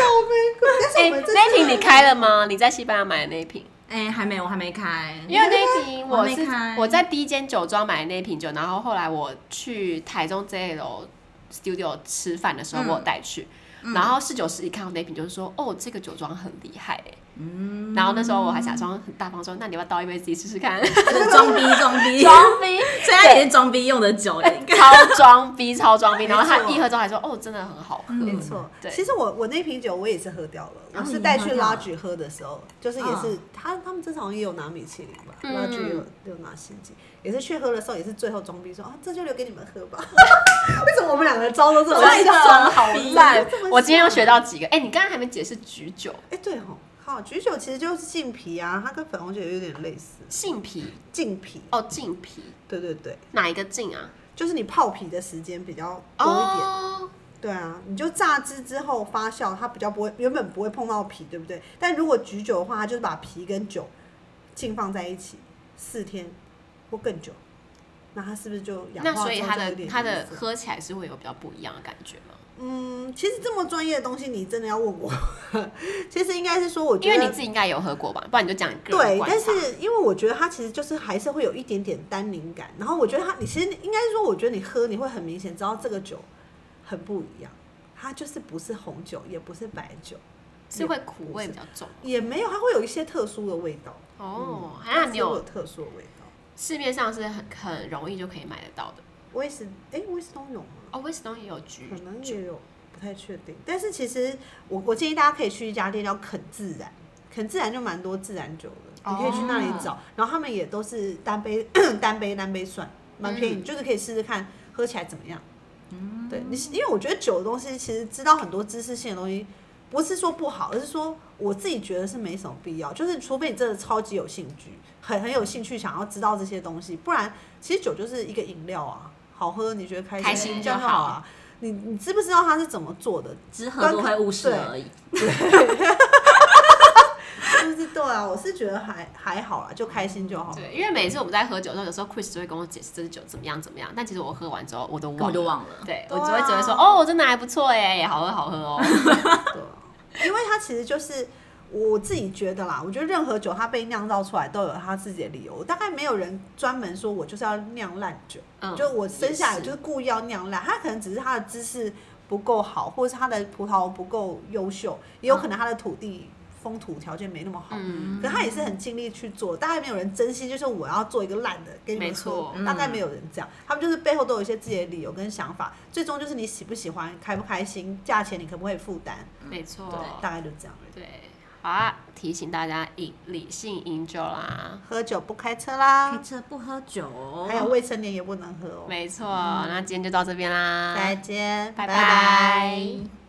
C: 但是
A: 哎，
C: 我们这
A: 那一瓶你开了吗？你在西班牙买的那一瓶？
B: 哎、还没，我还没开，
A: 因为那一瓶
B: 我
A: 我
B: 没
A: 是
B: 开
A: 我在第一间酒庄买的那一瓶酒，然后后来我去台中 J 楼 Studio 吃饭的时候，
B: 嗯
A: 我有带去。然后侍酒师一看到那一瓶，就是说：“哦，这个酒庄很厉害哎。”嗯，然后那时候我还假装很大方说：“那你要不要倒一杯自己试试看？”
B: 就是装逼 装逼，
A: 装逼，
B: 所以他也是装逼用的酒，应该
A: 超装逼，超装逼。
C: 没错嗯
A: 然后他一喝之后还说：“哦，真的很好喝。
C: 没错，
A: 对
C: 其实我我那瓶酒我也是喝掉了，
B: 啊
C: 我
B: 你
C: 是
B: 喝
C: 带去
B: 掉了
C: 拉举喝的时候，就是也是他他们这好像也有拿米其林吧，
A: 嗯
C: 拉举有有拿星级，也是去喝的时候也是最后装逼说啊这就留给你们喝吧， 为什么我们两个招都这么
A: 真的
C: 像？
A: 好
C: 烂
A: 烂！我今天又学到几个。哎，你刚刚还没解释菊酒
C: 哎对吼，好橘酒其实就是杏皮啊，它跟粉红酒有点类似，
A: 杏皮
C: 杏皮，
A: 哦，浸皮
C: 对对对，
A: 哪一个浸啊？
C: 就是你泡皮的时间比较多一点。
A: 哦，
C: 对啊，你就榨汁之后发酵，它比较不会原本不会碰到皮，对不对？但如果菊酒的话，它就是把皮跟酒浸放在一起四天或更久，那它是不是就氧
A: 那
C: 化
A: 所以
C: 之后
A: 它
C: 就有
A: 的
C: 点
A: 它的
C: 颜色
A: 喝起来是会有比较不一样的感觉吗？
C: 嗯，其实这么专业的东西，你真的要问我。 其实应该是说，我觉
A: 因
C: 得
A: 为你自己应该有喝过吧，不然你就讲你个人
C: 对，
A: 观
C: 但
A: 察。
C: 是因为我觉得它其实就是还是会有一点点单宁感，然后我觉得它，你其实应该是说，我觉得你喝你会很明显知道这个酒很不一样，它就是不是红酒，也不是白酒，
A: 是会苦味比较重
C: 也没有，它会有一些特殊的味道。
A: 哦。那
C: 它
A: 你
C: 是会有
A: 有
C: 特殊的味道。
A: 市面上是很很容易就可以买得到的
C: 威斯，哎，威斯通有吗？
A: 哦。威斯东也有菊
C: 可能
A: 酒
C: 也有，不太确定。但是其实我我建议大家可以去一家店叫肯自然，肯自然就蛮多自然酒的，
A: 哦
C: 你可以去那里找。然后他们也都是单杯 单杯单杯算，蛮便宜，
A: 嗯
C: 就是可以试试看喝起来怎么样。嗯，对你，因为我觉得酒的东西其实知道很多知识性的东西。不是说不好，而是说我自己觉得是没什么必要。就是除非你真的超级有兴趣，很很有兴趣想要知道这些东西，不然其实酒就是一个饮料啊，好喝你觉得开心
A: 开心
C: 就
A: 就
C: 好啊。你你知不知道它是怎么做的？
B: 只是喝多会误事
C: 对
B: 而已。
C: 就是对啊，我是觉得还还好啦，就开心就好。
A: 对，因为每次我们在喝酒的时候，有时候 Chris 就会跟我解释这支酒怎么样怎么样，但其实我喝完之后我都
B: 我
A: 忘
B: 就
A: 了。
B: 忘了。
A: 对，
C: 对
A: 我
C: 啊
A: 只会只会说哦，真的还不错哎，好喝好喝哦。
C: 对啊，因为它其实就是我自己觉得啦，我觉得任何酒它被酿造出来都有它自己的理由，大概没有人专门说我就是要酿烂酒，
A: 嗯，
C: 就我生下来就是是故意要酿烂，它可能只是它的知识不够好，或者是它的葡萄不够优秀，也有可能它的土地风土条件没那么好。
A: 嗯，
C: 可他也是很尽力去做，大概没有人真心就是我要做一个烂的给你
A: 没
C: 们喝
A: 错，
C: 大概没有人这样，他们就是背后都有一些自己的理由跟想法，最终就是你喜不喜欢，开不开心，价钱你可不可以负担，
A: 没错，
C: 大概就这样而已。
A: 对，好啊，提醒大家饮理性饮酒啦。
C: 喝酒不开车啦
B: 开，车不喝酒，
C: 还有未成年也不能喝哦。
A: 没错，那今天就到这边啦，
C: 再见，
A: 拜
C: 拜
A: 拜